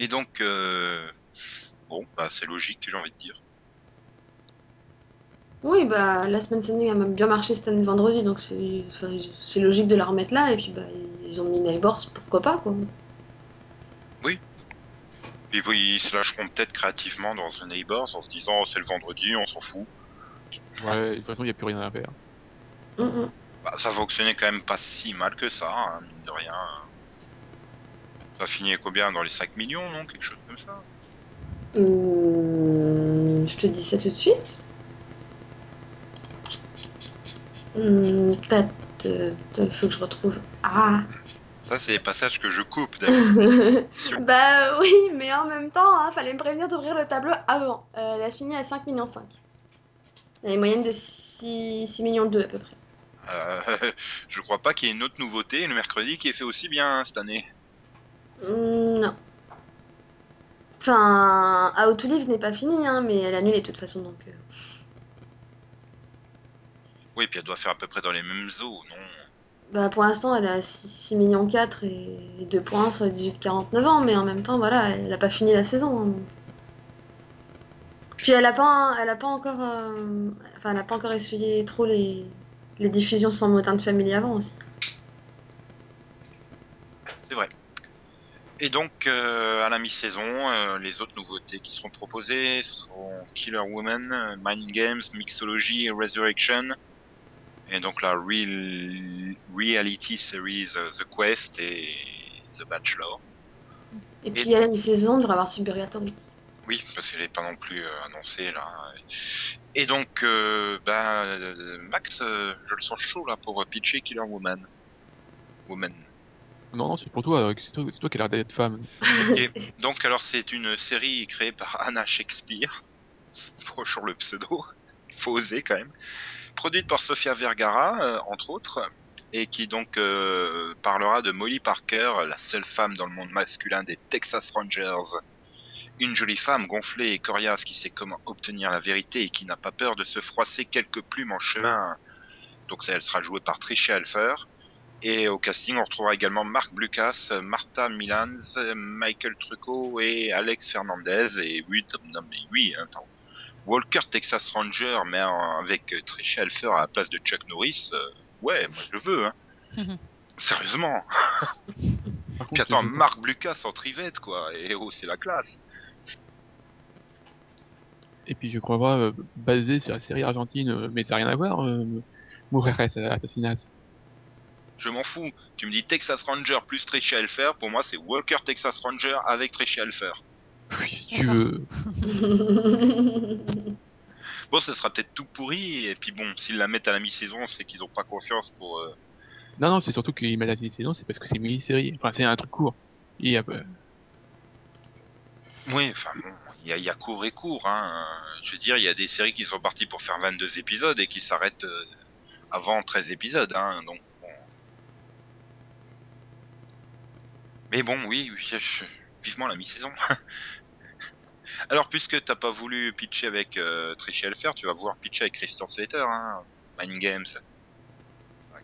Et donc euh, bon, bah, c'est logique, j'ai envie de dire.
Oui, bah la semaine Standing a même bien marché cette année vendredi, donc c'est enfin, c'est logique de la remettre là. Et puis bah ils ont mis Neighbors, pourquoi pas quoi.
Puis oui, ils se lâcheront peut-être créativement dans The Neighbors en se disant oh, c'est le vendredi, on s'en fout.
Ouais, de toute façon, il n'y a plus rien à faire.
Mm, mm.
Bah, ça fonctionnait quand même pas si mal que ça, hein, mine de rien. Ça finit à combien Dans les 5 millions, non Quelque chose comme ça.
Hum, je te dis ça tout de suite. Hum, t'as- te- te- faut que je retrouve. Ah
Ça, c'est les passages que je coupe d'ailleurs.
Bah oui, mais en même temps, hein, fallait me prévenir d'ouvrir le tableau avant. Euh, elle a fini à 5 millions 5. Elle a une moyenne de 6, millions 2 à peu près.
Euh, je crois pas qu'il y ait une autre nouveauté le mercredi qui est fait aussi bien hein, cette année.
Hum, non. Enfin, How to Live n'est pas fini, hein, mais elle annule de toute façon donc. euh.
Oui, puis elle doit faire à peu près dans les mêmes eaux, non
Bah, pour l'instant, elle a 6, millions 4 et 2 points sur les 18-49 ans, mais en même temps, voilà, elle n'a pas fini la saison. hein, donc. Puis elle n'a pas, elle a pas encore, euh, enfin, elle a pas encore essuyé trop les, les diffusions sans motin de famille avant aussi.
Et donc, euh, à la mi-saison, euh, les autres nouveautés qui seront proposées seront Killer Woman, euh, Mind Games, Mixology et Resurrection. Et donc la real- Reality Series euh, The Quest et The Bachelor.
Et puis à la mi-saison, on devrait avoir Supergatory.
Oui, parce qu'elle n'est pas non plus euh, annoncée là. Et donc, euh, bah, euh, Max, euh, je le sens chaud là pour euh, pitcher Killer Woman. Woman.
Non, non, c'est pour toi, euh, c'est toi, c'est toi qui as l'air d'être femme.
Et donc, alors, c'est une série créée par Anna Shakespeare. Toujours le pseudo. Faut oser quand même. Produite par Sofia Vergara, euh, entre autres, et qui donc euh, parlera de Molly Parker, la seule femme dans le monde masculin des Texas Rangers. Une jolie femme gonflée et coriace qui sait comment obtenir la vérité et qui n'a pas peur de se froisser quelques plumes en chemin. Donc, ça, elle sera jouée par Tricia Helfer. Et au casting, on retrouvera également Marc Blucas, euh, Martha Milans, euh, Michael Trucco et Alex Fernandez. Et oui, Tom- non, mais oui, attends. Walker Texas Ranger, mais en- avec euh, Tricia Helfer à la place de Chuck Norris. euh, ouais, moi je veux, hein. Sérieusement.
Par
Puis
contre,
attends,
je-
Marc Blucas en trivette, quoi. Et oh, c'est la classe.
Et puis je crois pas, euh, basé sur la série argentine, euh, mais ça n'a rien à voir, euh, Mourir Assassinat.
Je m'en fous. Tu me dis Texas Ranger plus Tricia Helfer. Pour moi, c'est Walker Texas Ranger avec Tricia Helfer.
Oui, si tu veux.
Bon, ce sera peut-être tout pourri, et puis bon, s'ils la mettent à la mi-saison, c'est qu'ils n'ont pas confiance pour. euh,
Non, non, c'est surtout qu'il m'a la saison, c'est parce que c'est une mini-série. Enfin, c'est un truc court. Il y a, euh,
Oui, enfin bon, il y a, il y a court et court. Hein. Je veux dire, il y a des séries qui sont parties pour faire 22 épisodes et qui s'arrêtent euh, avant 13 épisodes. Hein, donc, bon. Mais bon, oui, oui, je- vivement la mi-saison. Alors, puisque t'as pas voulu pitcher avec euh, Trichy Elfer, tu vas vouloir pitcher avec Christian Slater, hein, Mind Games.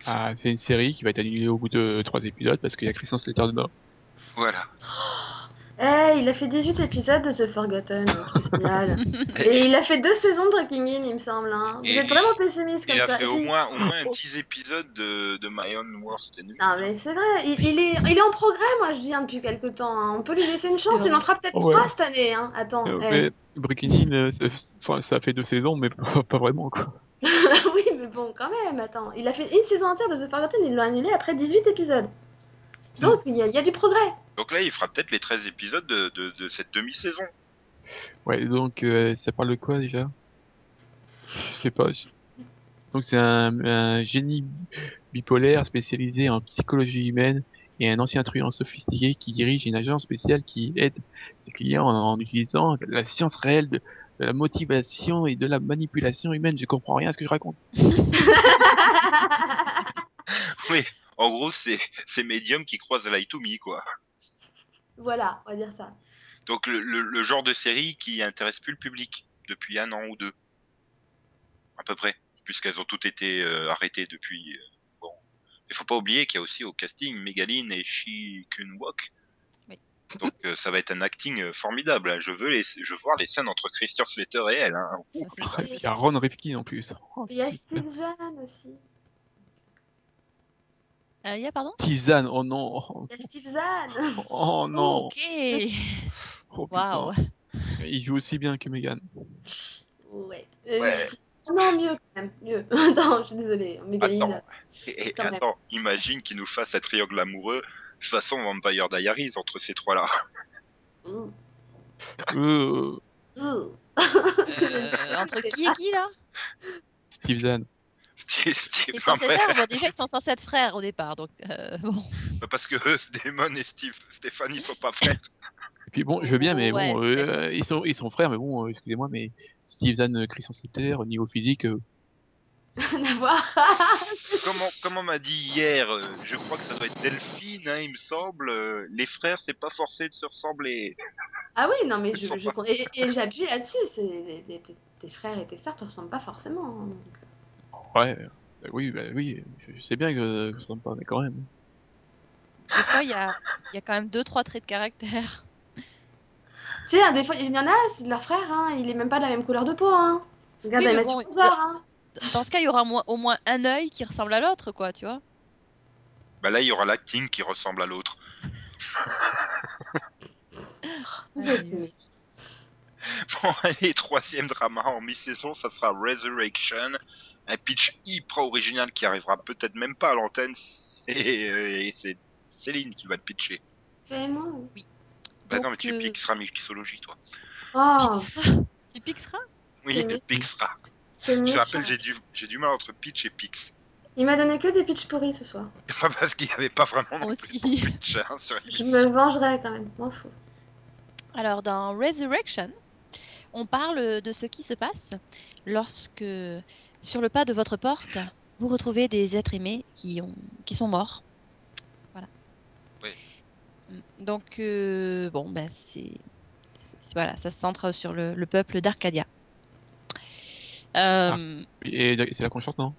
ah, c'est une série qui va être annulée au bout de trois épisodes parce qu'il y a Christian Slater dedans.
Voilà.
Eh, il a fait 18 épisodes de The Forgotten, je te signale. Et il a fait deux saisons de Breaking In, il me semble. hein. Vous
Et-
êtes vraiment pessimiste comme
Il
ça.
a fait
Et
au
puis-
moins, au moins un petit épisode de, de My Own Worst Enemy.
Non, mais c'est vrai, il, il est, il est en progrès, moi je dis, hein, depuis quelques temps. hein. On peut lui laisser une chance,
vrai.
il en fera peut-être
Ouais.
trois cette année. hein. Attends.
Euh,
eh.
mais Breaking In, euh, c'est- enfin, ça fait deux saisons, mais pas, pas vraiment, quoi.
oui, mais bon, quand même, attends. Il a fait une saison entière de The Forgotten, ils l'ont annulé après 18 épisodes. Donc, il y, a- il y a du progrès.
Donc là, il fera peut-être les 13 épisodes de, de, de cette demi-saison.
Ouais, donc, euh, ça parle de quoi, déjà Je sais pas. je- Donc, c'est un, un génie bipolaire spécialisé en psychologie humaine et un ancien truand sophistiqué qui dirige une agence spéciale qui aide ses clients en, en utilisant la science réelle de, de la motivation et de la manipulation humaine. Je comprends rien à ce que je raconte.
Oui, en gros, c'est c'est Medium qui croise Light to Me, quoi.
voilà, on va dire ça.
Donc le, le- le genre de série qui intéresse plus le public depuis un an ou deux, à peu près, puisqu'elles ont toutes été euh, arrêtées depuis. euh, bon, il faut pas oublier qu'il y a aussi au casting Megaline et Shi Kun Wok.
Oui.
Donc euh, ça va être un acting euh, formidable. hein. Je veux les, je veux voir les scènes entre Christian Slater et elle. hein. Ouh,
Ça,
putain.
c'est-
Et puis, Ah, il y a Ron Rifkin en plus. Oh,
Il y a Steve-Zahn aussi.
Euh, Lia, pardon
Tisane, oh non.
Il y a Steve Zahn.
Oh non.
Ok
Oh, putain.
Waouh
Il joue aussi bien que Megan.
Ouais. Euh,
Ouais.
Non, mieux quand même. Mieux. Attends, je suis désolée. Mégaline.
Attends. Et, et
Quand même.
attends, imagine qu'ils nous fassent un triangle amoureux façon Vampire Diaries entre ces trois-là.
Ouh.
Euh,
Ouh.
Euh, Entre qui et qui, là
Steve Zahn.
Steve- Steve
C'est sans
Vampire.
plaisir. Bon, déjà, ils sont censés être frères au départ, donc euh, bon.
Bah, Parce que eux, Damon et Steve, Stéphanie sont pas frères.
Et puis bon, je veux bien, mais
Ouais,
bon, euh, ils, sont, ils sont frères, mais bon, euh, excusez-moi, mais Steve Zahn, euh, Christian Slater, au niveau physique, euh,
Rien à voir.
Comment, comment m'a dit hier, euh, je crois que ça doit être Delphine, hein, il me semble, euh, les frères, c'est pas forcé de se ressembler.
Ah oui, non, mais je, je con- et, et j'appuie là-dessus. c'est- Tes, tes- tes frères et tes sœurs te ressemblent pas forcément. hein, donc.
ouais, euh, bah oui, bah oui, je, je sais bien que euh, que ça ressemble pas, mais quand même.
Des fois, il y a, il y a quand même deux, trois traits de caractère.
Tu sais, hein, des fois, il y en a, c'est de leur frère. Hein, il est même pas de la même couleur de peau. Hein. Regarde,
Oui,
elle
mais
m'a
bon,
dit Sponsor, hein.
Dans ce cas, il y aura moins- au moins un œil qui ressemble à l'autre, quoi, tu vois.
Bah là, il y aura l'acting qui ressemble à l'autre.
Vous
Ouais.
êtes aimés.
Bon, allez, troisième drama en mi-saison, ça sera Resurrection, un pitch hyper original qui arrivera peut-être même pas à l'antenne, et, euh, et c'est Céline qui va le pitcher.
Fais-moi.
Bah
Donc,
non, mais tu
euh,
piqueras mixologie, toi.
Oh,
Pixra. Tu pixeras
Oui,
Oui.
piqueras.
c'est
Je
méchant.
rappelle, j'ai du, j'ai du mal entre pitch et pix.
Il m'a donné que des pitchs pourris ce soir.
Pas parce qu'il n'y avait Ah, pas vraiment non plus
Aussi.
de pitch, hein, sur-
Je me vengerai quand même. M'en fous.
Alors, dans Resurrection, on parle de ce qui se passe lorsque, sur le pas de votre porte, vous retrouvez des êtres aimés qui, ont, qui sont morts. Voilà.
Oui.
Mm. Donc, euh, bon, ben, c'est. c'est- Voilà, ça se centre sur le, le peuple d'Arcadia. Euh,
Et et c'est la conscience, non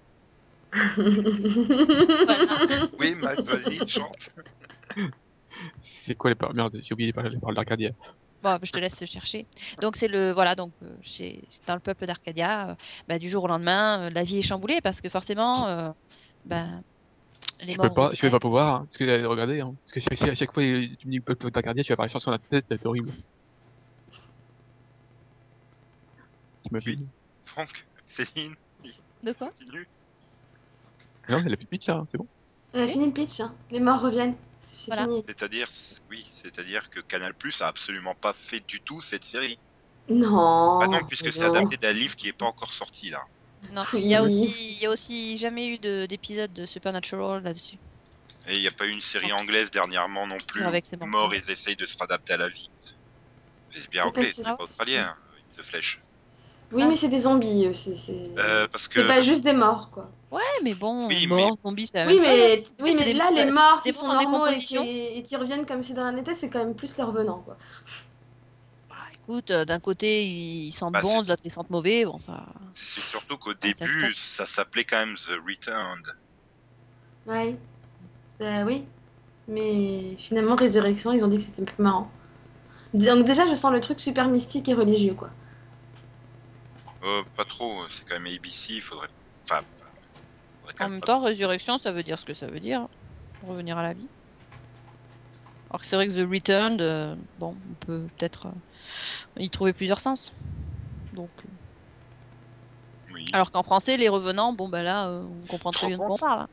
Ah. voilà.
Oui, Matt, vas-y, chante.
C'est quoi les paroles Merde, j'ai oublié les paroles les paroles d'Arcadia.
Bon, je te laisse chercher. Donc c'est le voilà donc euh, chez dans le peuple d'Arcadia, euh, bah, du jour au lendemain, euh, la vie est chamboulée parce que forcément, euh, ben, les
Je
morts.
peux pas, je vais
reviennent.
pas pouvoir, hein, parce que euh, regardez, hein, parce que si- si à chaque fois il- tu me dis le peuple d'Arcadia, tu vas avoir la chanson à la tête, c'est horrible. Tu m'as fait
Franck, Céline,
De quoi
continue.
Non, elle a plus de pitch là, hein, c'est bon.
On a fini le pitch, hein. les morts reviennent. C'est
Voilà.
fini.
C'est-à-dire, oui, c'est-à-dire que Canal Plus a absolument pas fait du tout cette série.
Non.
ah non, puisque c'est
non.
adapté d'un livre qui est pas encore sorti là.
Non, il y a
Oui.
aussi, il y a aussi jamais eu de- d'épisode de Supernatural là-dessus.
Et il n'y a pas eu une série anglaise dernièrement non plus.
Avec ses morts.
Mort, ils essayent de se réadapter à la vie. C'est bien
C'est
anglais,
pas
c'est
ça.
pas australien, hein, ils se flèchent.
Oui, mais c'est des zombies. euh, C'est c'est-
Euh, parce que
c'est pas juste des morts, quoi.
Ouais, mais bon,
Oui,
mort,
mais-
zombie, c'est la
Oui,
même chose.
mais, oui,
c'est
mais
des-
là, les morts
des
qui sont
morts en
normaux et qui,
décomposition.
et qui reviennent comme si de rien n'était, c'est quand même plus les revenants, quoi.
Bah, écoute, euh, d'un côté ils sentent
Bah,
bon,
c'est-
de l'autre ils sentent mauvais, bon ça.
c'est surtout qu'au
ça
début, ça s'appelait quand même The Returned.
Ouais. Euh, oui. Mais finalement, Résurrection, ils ont dit que c'était plus marrant. Donc déjà, je sens le truc super mystique et religieux, quoi.
Euh, pas trop, c'est quand même ABC, il faudrait. Enfin, faudrait quand
En même temps, résurrection, ça veut dire ce que ça veut dire, hein, revenir à la vie. Alors que c'est vrai que The Returned, euh, bon, on peut peut-être euh, y trouver plusieurs sens. Donc, euh,
Oui.
alors qu'en français, les revenants, bon bah là, euh, on comprend
Tu te
très bien de
rends
quoi on parle. hein.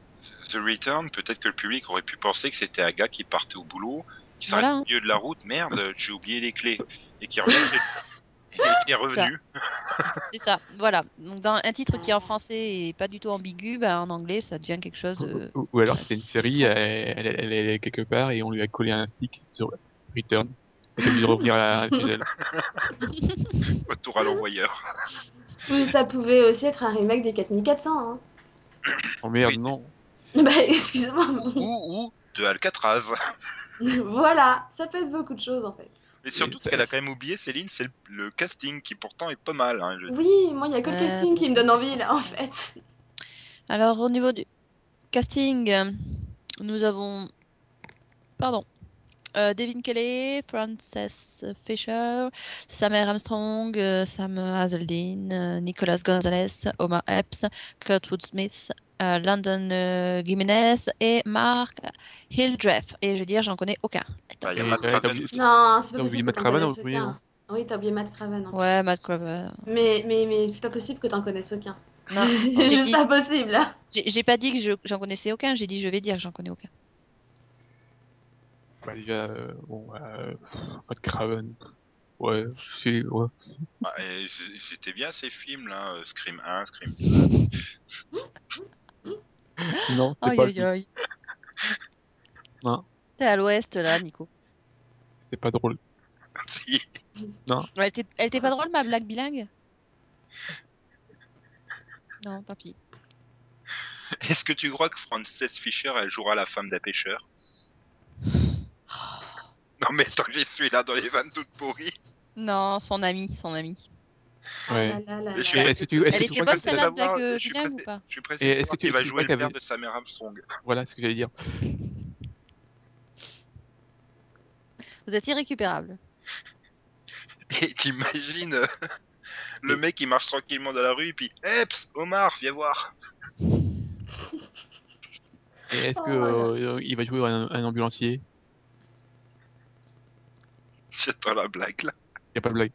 The Return, peut-être que le public aurait pu penser que c'était un gars qui partait au boulot, qui s'arrête
Voilà. hein.
au milieu de la route, merde, j'ai oublié les clés, et qui revient chez- et qui est revenu.
C'est ça, voilà. Donc dans un titre qui en français est pas du tout ambigu, bah, en anglais ça devient quelque chose de.
Ou, ou alors c'était une série, elle, elle- elle est quelque part et on lui a collé un stick sur Return. Elle est obligée de revenir à chez elle.
Retour à l'envoyeur.
Ou ça pouvait aussi être un remake des 4400, hein.
Oh merde,
Oui.
non.
Bah, excuse-moi.
ou, ou de Alcatraz.
voilà, ça peut être beaucoup de choses, en fait.
Et surtout, ce
ça-
qu'elle a quand même oublié, Céline, c'est le, le casting qui pourtant est pas mal. hein, je-
Oui, moi, il y a que le
Euh,
casting qui me donne envie, là, en fait.
Alors au niveau du casting, euh, nous avons. Pardon. Euh, Devin Kelly, Frances Fisher, Samer Armstrong, euh, Sam Hazeldine, euh, Nicolas Gonzalez, Omar Epps, Kurtwood Smith, euh, Landon euh, Gimenez et Mark Hildreth. Et je veux dire, j'en connais aucun.
Bah, y a
Et
Matt
t'as- t'as
Fraven.
oublié-
Non, c'est
T'as
pas
oublié
possible que
Matt
t'en
Craven,
connaisses
on peut y
aucun. Oui, t'as oublié Matt Craven. hein.
hein. Ouais, Matt Craver.
Mais, mais, mais c'est pas possible que t'en connaisses aucun.
Non,
c'est
j'ai
juste
dit-
pas possible, hein. là.
J'ai j'ai pas dit que je- j'en connaissais aucun, j'ai dit je vais dire que j'en connais aucun.
Bah déjà, euh, bon, euh, Matt Craven. Ouais, c'est, ouais.
Bah, et c- C'était bien ces films là, euh, Scream 1, Scream
Non, c'est
Aïe
pas,
aïe aïe.
Non.
T'es à l'ouest là, Nico.
c'est pas drôle.
2.
Elle était, elle était pas drôle ma blague bilingue Non, tant pis.
Est-ce que tu crois que Frances Fisher, elle jouera la femme d'un pêcheur Non mais tant que j'y suis là dans les vannes toutes pourries.
Non, son ami, son ami.
Ah
Ouais.
là là là
Je suis-
là.
Et Est-ce que tu, est-ce
Elle
que tu
était
crois
bonne
que c'est-
celle-là la
savoir-
blague euh,
je suis
bilingue
pressé.
ou pas
Je suis pressé
Et
de
est-ce
savoir
que tu-
qui va
tu
jouer
crois
le
qu'elle
père
veut-
de Samer Armstrong.
Voilà ce que j'allais dire.
Vous êtes irrécupérable.
Et t'imagines euh, le mec qui marche tranquillement dans la rue et puis « Eps, Omar, viens voir !»
Et est-ce
Oh
que
là là.
euh, il va jouer un, un ambulancier
J'attends la blague là.
Y a pas de blague.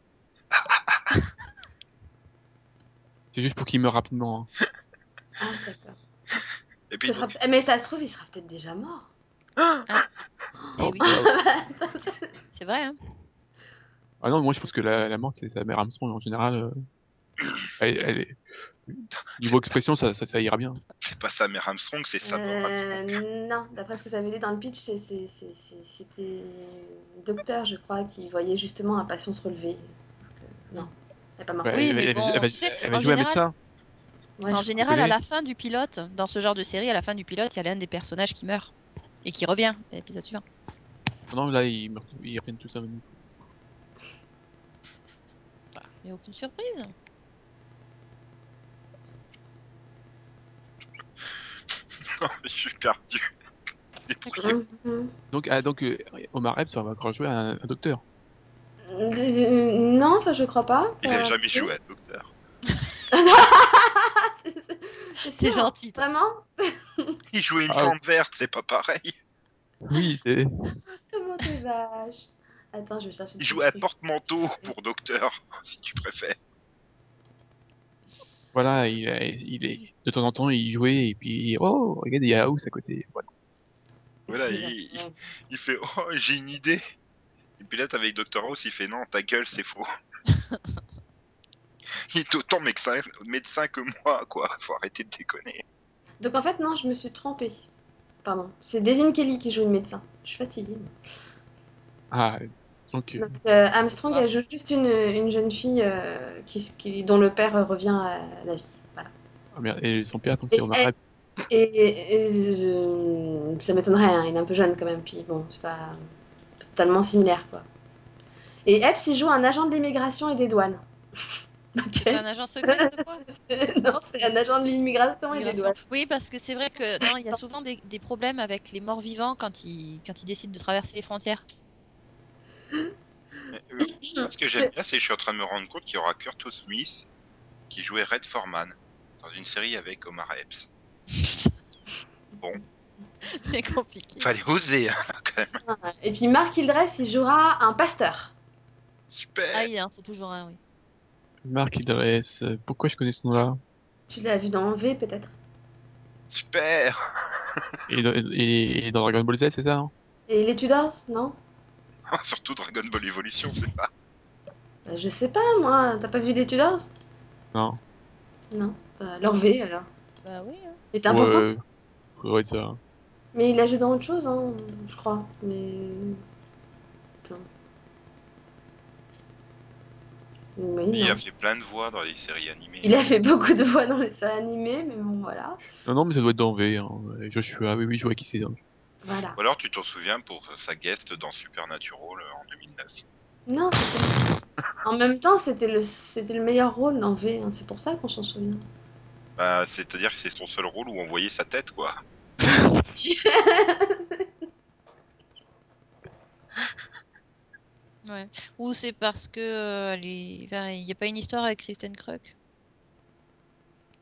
c'est juste pour qu'il meure rapidement. hein.
Ah, d'accord.
Et puis
Ce sera peut- Mais ça se trouve, il sera peut-être déjà mort.
Oh,
Eh oui, c'est vrai. Hein
Ah non, moi je pense que la, la mort c'est sa mère Armstrong en général. euh, elle, elle est... Niveau expression, ça, ça, ça ira bien.
c'est pas Samer Armstrong, c'est Samer Armstrong.
Euh, non, d'après ce que j'avais lu dans le pitch, c'est- c'est- c'est- c'est- c'était le docteur, je crois, qui voyait justement un patient se relever. Euh, Non, elle n'est pas morte.
Ouais,
Oui,
elle,
mais
elle-
bon,
elle va,
tu sais,
elle va
en
jouer un
général-
médecin.
Ouais,
en
je-
général, à
connais.
la fin du pilote, dans ce genre de série, à la fin du pilote, il y a l'un des personnages qui meurt et qui revient à l'épisode suivant.
Non, là ils, meurent- ils reviennent tous à même.
Mais aucune surprise.
Non, mais je suis perdu.
Mhm.
Donc, ah, donc euh, Omar Epps on va encore jouer un, un docteur.
Euh, Non, enfin, je crois pas.
Il
Euh,
a jamais joué à docteur.
C'est
C'est
sûr,
gentil. toi.
Vraiment
Il jouait une
Ah.
femme verte, c'est pas pareil.
Oui, c'est.
Comment t'es vache Attends, je vais chercher.
Il
le
jouait à
truc.
porte-manteau pour docteur, si tu préfères.
Voilà, il, est- il est de temps en temps il jouait et puis oh regarde il y a House à côté. Voilà.
Voilà, il, il- il fait Oh, j'ai une idée. Et puis là, t'es avec Dr. House, il fait Non, ta gueule, c'est faux. il est autant médecin, médecin que moi, quoi. Faut arrêter de déconner.
Donc en fait, non, je me suis trompée. Pardon. C'est Devin Kelly qui joue une médecin. Je suis fatiguée.
Ah, donc. euh,
Donc, euh, Armstrong,
Ah.
elle joue juste une, une jeune fille euh, qui, qui- dont le père revient à la vie. Voilà.
ah merde, et son père, donc
Et
c'est en
elle-
arabe.
Et, et je- ça m'étonnerait, hein, il est un peu jeune quand même, puis bon, c'est pas totalement similaire quoi. Et Epps, il joue un agent de l'immigration et des douanes. Ok.
C'est un agent secret, c'est quoi
non, c'est un agent de l'immigration et des douanes.
Oui, parce que c'est vrai que non, il y a souvent des, des problèmes avec les morts vivants quand ils, quand ils décident de traverser les frontières.
Euh, euh, Ce que j'aime bien, c'est que je suis en train de me rendre compte qu'il y aura Kurt Smith qui jouait Red Foreman dans une série avec Omar Epps.
C'est compliqué.
Fallait oser, hein, quand même.
Et puis Mark Hildress, il jouera un pasteur.
Super.
Ah, il y en faut toujours un, oui.
Marc Idress, euh, pourquoi je connais ce nom-là
Tu l'as vu dans V peut-être
Super.
et, dans- et, et dans Dragon Ball Z, c'est ça hein
Et les Tudors, non
Surtout Dragon Ball Evolution, c'est pas.
Bah, Je sais pas moi, t'as pas vu les Tudors
Non.
Non. Bah, leur V alors.
Bah oui. hein.
Il était important.
Ouais, euh, ouais, ça.
Mais il a joué dans autre chose, hein, je crois. Mais. Putain. Oui,
Il
non.
a fait plein de voix dans les séries animées.
Il a fait beaucoup de voix dans les séries animées, mais bon, voilà.
Non, non, mais ça doit être dans V. Hein. Et Joshua, oui, oui, je vois qui c'est. hein.
Voilà.
Ou alors tu t'en souviens pour sa guest dans Supernatural euh, en 2009.
Non, c'était. En même temps, c'était le, c'était le meilleur rôle dans V, hein, c'est pour ça qu'on s'en souvient.
Bah, c'est-à-dire que c'est son seul rôle où on voyait sa tête, quoi.
Ouais. Ou c'est parce que euh, elle est- enfin, il n'y a pas une histoire avec Kristen Kruk.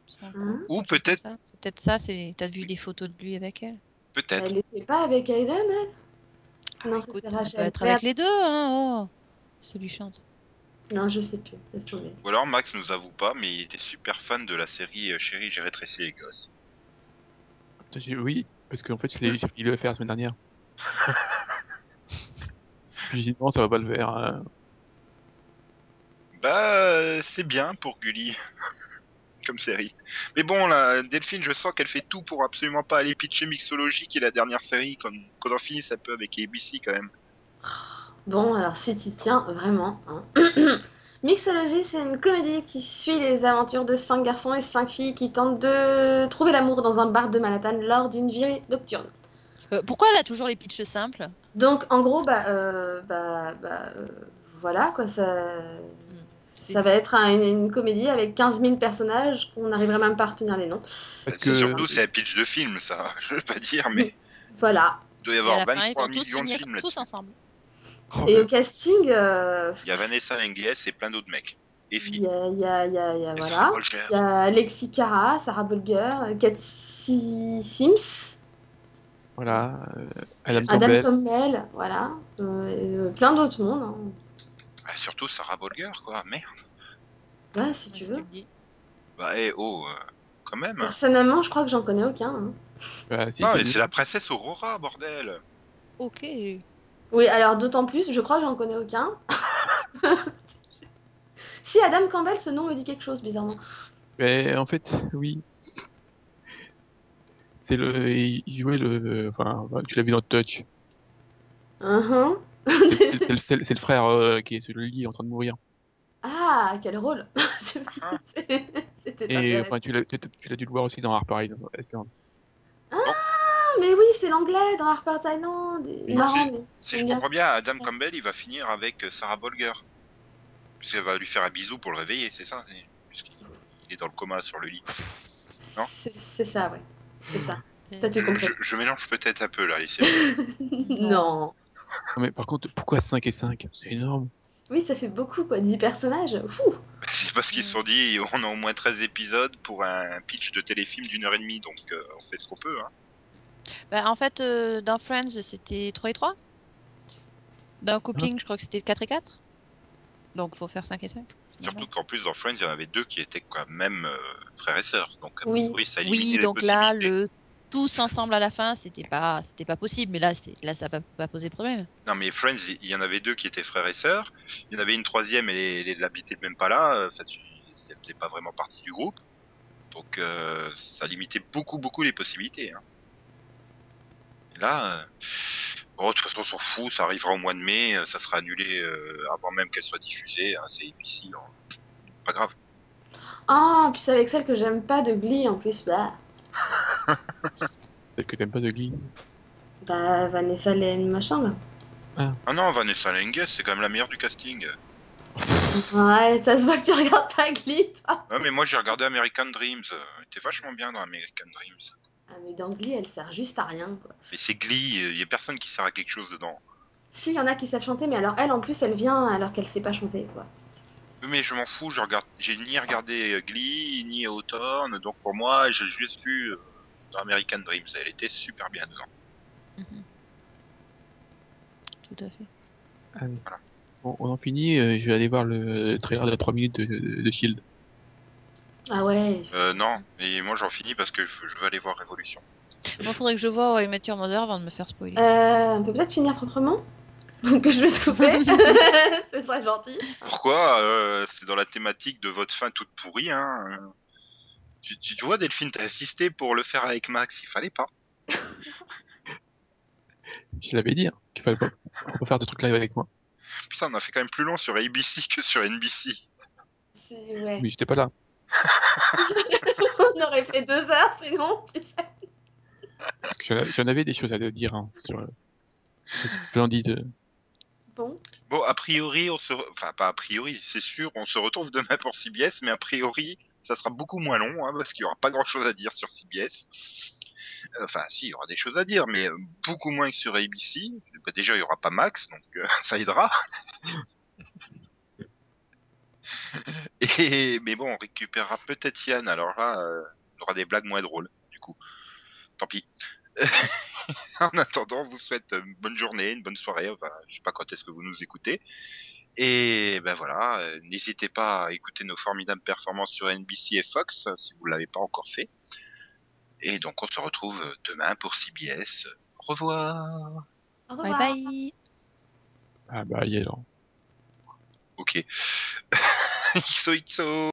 C'est un
Hein
con,
Ou
quelque chose
peut-être-
comme ça. C'est peut-être ça. C'est t'as vu des photos de lui avec elle.
Peut-être.
Elle n'était pas avec Aiden, elle Non,
Ah, Écoute,
c'était
on peut
Rachel.
être avec les deux, hein. Oh, celui chante.
Non, je sais plus. laisse tomber.
Ou alors Max nous avoue pas, mais il était super fan de la série euh, Chérie, j'ai rétréci les gosses.
Putain, j'ai- Oui, parce qu'en fait, je l'ai j'ai failli le faire la semaine dernière. Puis j'ai dit non, ça va pas le faire. hein.
Bah, euh, c'est bien pour Gulli. Comme série. Mais bon, là, Delphine, je sens qu'elle fait tout pour absolument pas aller pitcher Mixologie, qui est la dernière série, quand, quand on finit ça peut avec ABC quand même.
Bon, alors si t'y tiens, vraiment. hein. Mixologie, c'est une comédie qui suit les aventures de cinq garçons et cinq filles qui tentent de trouver l'amour dans un bar de Manhattan lors d'une virée nocturne.
Euh, pourquoi elle a toujours les pitchs simples
Donc, en gros, bah, euh, bah, bah, euh, voilà, quoi, ça, ça va être un- une comédie avec 15 000 personnages qu'on n'arriverait même pas à retenir les noms.
Parce
C'est Surtout,
que.
c'est un pitch de film, ça. Je veux pas dire, mais
Voilà.
il doit y
Et à
avoir
la fin, ils
23
vont tous
millions de
finir
films là
tous ensemble.
Oh,
Et au
le-
casting, euh,
Il y a Vanessa Lengues et plein d'autres mecs. Et
il
filles.
y a, il y a- il y a- il y a-
Et Sarah
voilà.
Bolger.
Il y a Alexis Cara, Sarah Bulger, Cathy Sims.
Voilà. euh, Adam
Adam
Campbell.
Campbell, voilà, Euh, et, euh, plein d'autres mondes. hein.
Ah, surtout Sarah Bolger, quoi. Merde.
Ouais, si tu
Ouais, je te
veux.
le dis.
Bah, eh, oh, euh, quand même.
Personnellement, je crois que j'en connais aucun. hein.
Bah, si,
Non,
c'est
Ah, mais
lui.
c'est la princesse Aurora, bordel.
Ok.
Oui, alors d'autant plus, je crois que j'en connais aucun. si Adam Campbell, ce nom me dit quelque chose bizarrement.
Mais Ben, en fait, oui. C'est le. Il il jouait le. Enfin, tu l'as vu dans Touch.
Uhum.
C'est c'est le, c'est le- c'est le frère euh, qui est sur le lit en train de mourir.
Ah, quel rôle
Hein
C'était
Et
intéressant.
enfin, tu l'as tu l'as- tu l'as dû le voir aussi dans Harper Lee. dans- c'est un-
Ah, mais oui, c'est l'anglais dans Harper Island. Il est
Oui,
marrant.
c'est-
lui.
Si je
Bien.
comprends bien, Adam Campbell, il va finir avec euh, Sarah Bolger. Puisqu'elle va lui faire un bisou pour le réveiller, c'est ça c'est- Puisqu'il il est dans le coma sur le lit. Non.
C'est c'est ça, ouais. C'est ça.
C'est-
T'as tout
Je,
compris.
je- je mélange peut-être un peu, là, les séries.
non.
Non, mais par contre, pourquoi 5 et 5 C'est énorme.
Oui, ça fait beaucoup, quoi. 10 personnages. Fou.
c'est parce qu'ils se sont dit, on a au moins 13 épisodes pour un pitch de téléfilm d'une heure et demie, donc euh, on fait ce qu'on peut. Hein.
Bah, en fait, euh, dans Friends, c'était 3 et 3. Dans Coupling, je crois que c'était 4 et 4. Donc, faut faire 5 et 5.
Surtout qu'en plus, dans Friends, il y en avait deux qui étaient quand même euh, frères et sœurs. Donc, a
Oui.
priori, ça
Oui,
élimine les
donc là,
possibilités.
le tous ensemble à la fin, c'était pas, c'était pas possible. Mais là, c'est, là, ça va pas poser problème.
Non, mais Friends, il il y en avait deux qui étaient frères et sœurs. Il y en avait une troisième et elle n'habitait même pas là. euh, Enfin, tu- elle faisait pas vraiment partie du groupe. Donc, euh, ça limitait beaucoup, beaucoup les possibilités. hein. Et là, euh, bon, de toute façon, on s'en fout. Ça arrivera au mois de mai. euh, Ça sera annulé euh, avant même qu'elle soit diffusée. hein, C'est ABC. hein. Pas grave.
Ah, en plus avec celle que j'aime pas de Glee en plus, bah,
Peut-être que t'aimes pas de Glee.
bah Vanessa Lane machin là.
Ah non, Vanessa Lengues, c'est quand même la meilleure du casting.
Ouais, ça se voit que tu regardes pas Glee, toi.
Non, mais moi, j'ai regardé American Dreams. euh, Elle était vachement bien dans American Dreams.
Ah, mais dans Glee, elle sert juste à rien, quoi.
Mais c'est Glee. Il y a personne qui sert à quelque chose dedans.
Si, y en a qui savent chanter, mais alors elle, en plus, elle vient alors qu'elle sait pas chanter, quoi.
Oui, Mais je m'en fous, je regarde, j'ai ni regardé euh, Glee, ni Hawthorne, donc pour moi, j'ai juste vu euh, dans American Dreams, elle était super bien dedans.
Mhm. Tout à fait.
Bon, on en finit, euh, je vais aller voir le trailer de 3 minutes de, de- de Shield.
Ah ouais.
Euh, non, et moi j'en finis parce que je je veux aller voir Révolution.
Moi, faudrait que je vois ouais, Mathieu Mother avant de me faire spoiler.
Euh, on peut peut-être finir proprement Que je vais se couper Ce serait gentil.
Pourquoi Euh, C'est dans la thématique de votre fin toute pourrie, hein. Tu, tu, tu vois, Delphine, t'as assisté pour le faire avec Max, il fallait pas.
Je l'avais dit, hein, qu'il fallait pas faut pas faire de trucs live avec moi.
Putain, on a fait quand même plus long sur ABC que sur NBC.
C'est- Ouais.
Mais j'étais pas là.
on aurait fait deux heures sinon, tu sais.
Parce que J'en j'en avais des choses à te dire hein, sur, euh, sur ce splendide. euh,
Bon.
Bon, a priori, on se... re- Enfin, pas a priori, c'est sûr, on se retrouve demain pour CBS, mais a priori, ça sera beaucoup moins long, hein, parce qu'il n'y aura pas grand-chose à dire sur CBS. Euh, Enfin, si, il y aura des choses à dire, mais euh, beaucoup moins que sur ABC. Bah, déjà, il n'y aura pas Max, donc euh, ça aidera. Et, mais bon, on récupérera peut-être Yann, alors là, euh, il y aura des blagues moins drôles, du coup. Tant pis. en attendant, on vous souhaite euh, une bonne journée, une bonne soirée, enfin, je sais pas quand est-ce que vous nous écoutez. Et ben voilà, euh, n'hésitez pas à écouter nos formidables performances sur NBC et Fox, euh, si vous ne l'avez pas encore fait. Et donc on se retrouve euh, demain pour CBS. Au revoir
Au
bye
revoir.
bye.
Ah bah, il y est, alors.
Ok. Ixo, ixo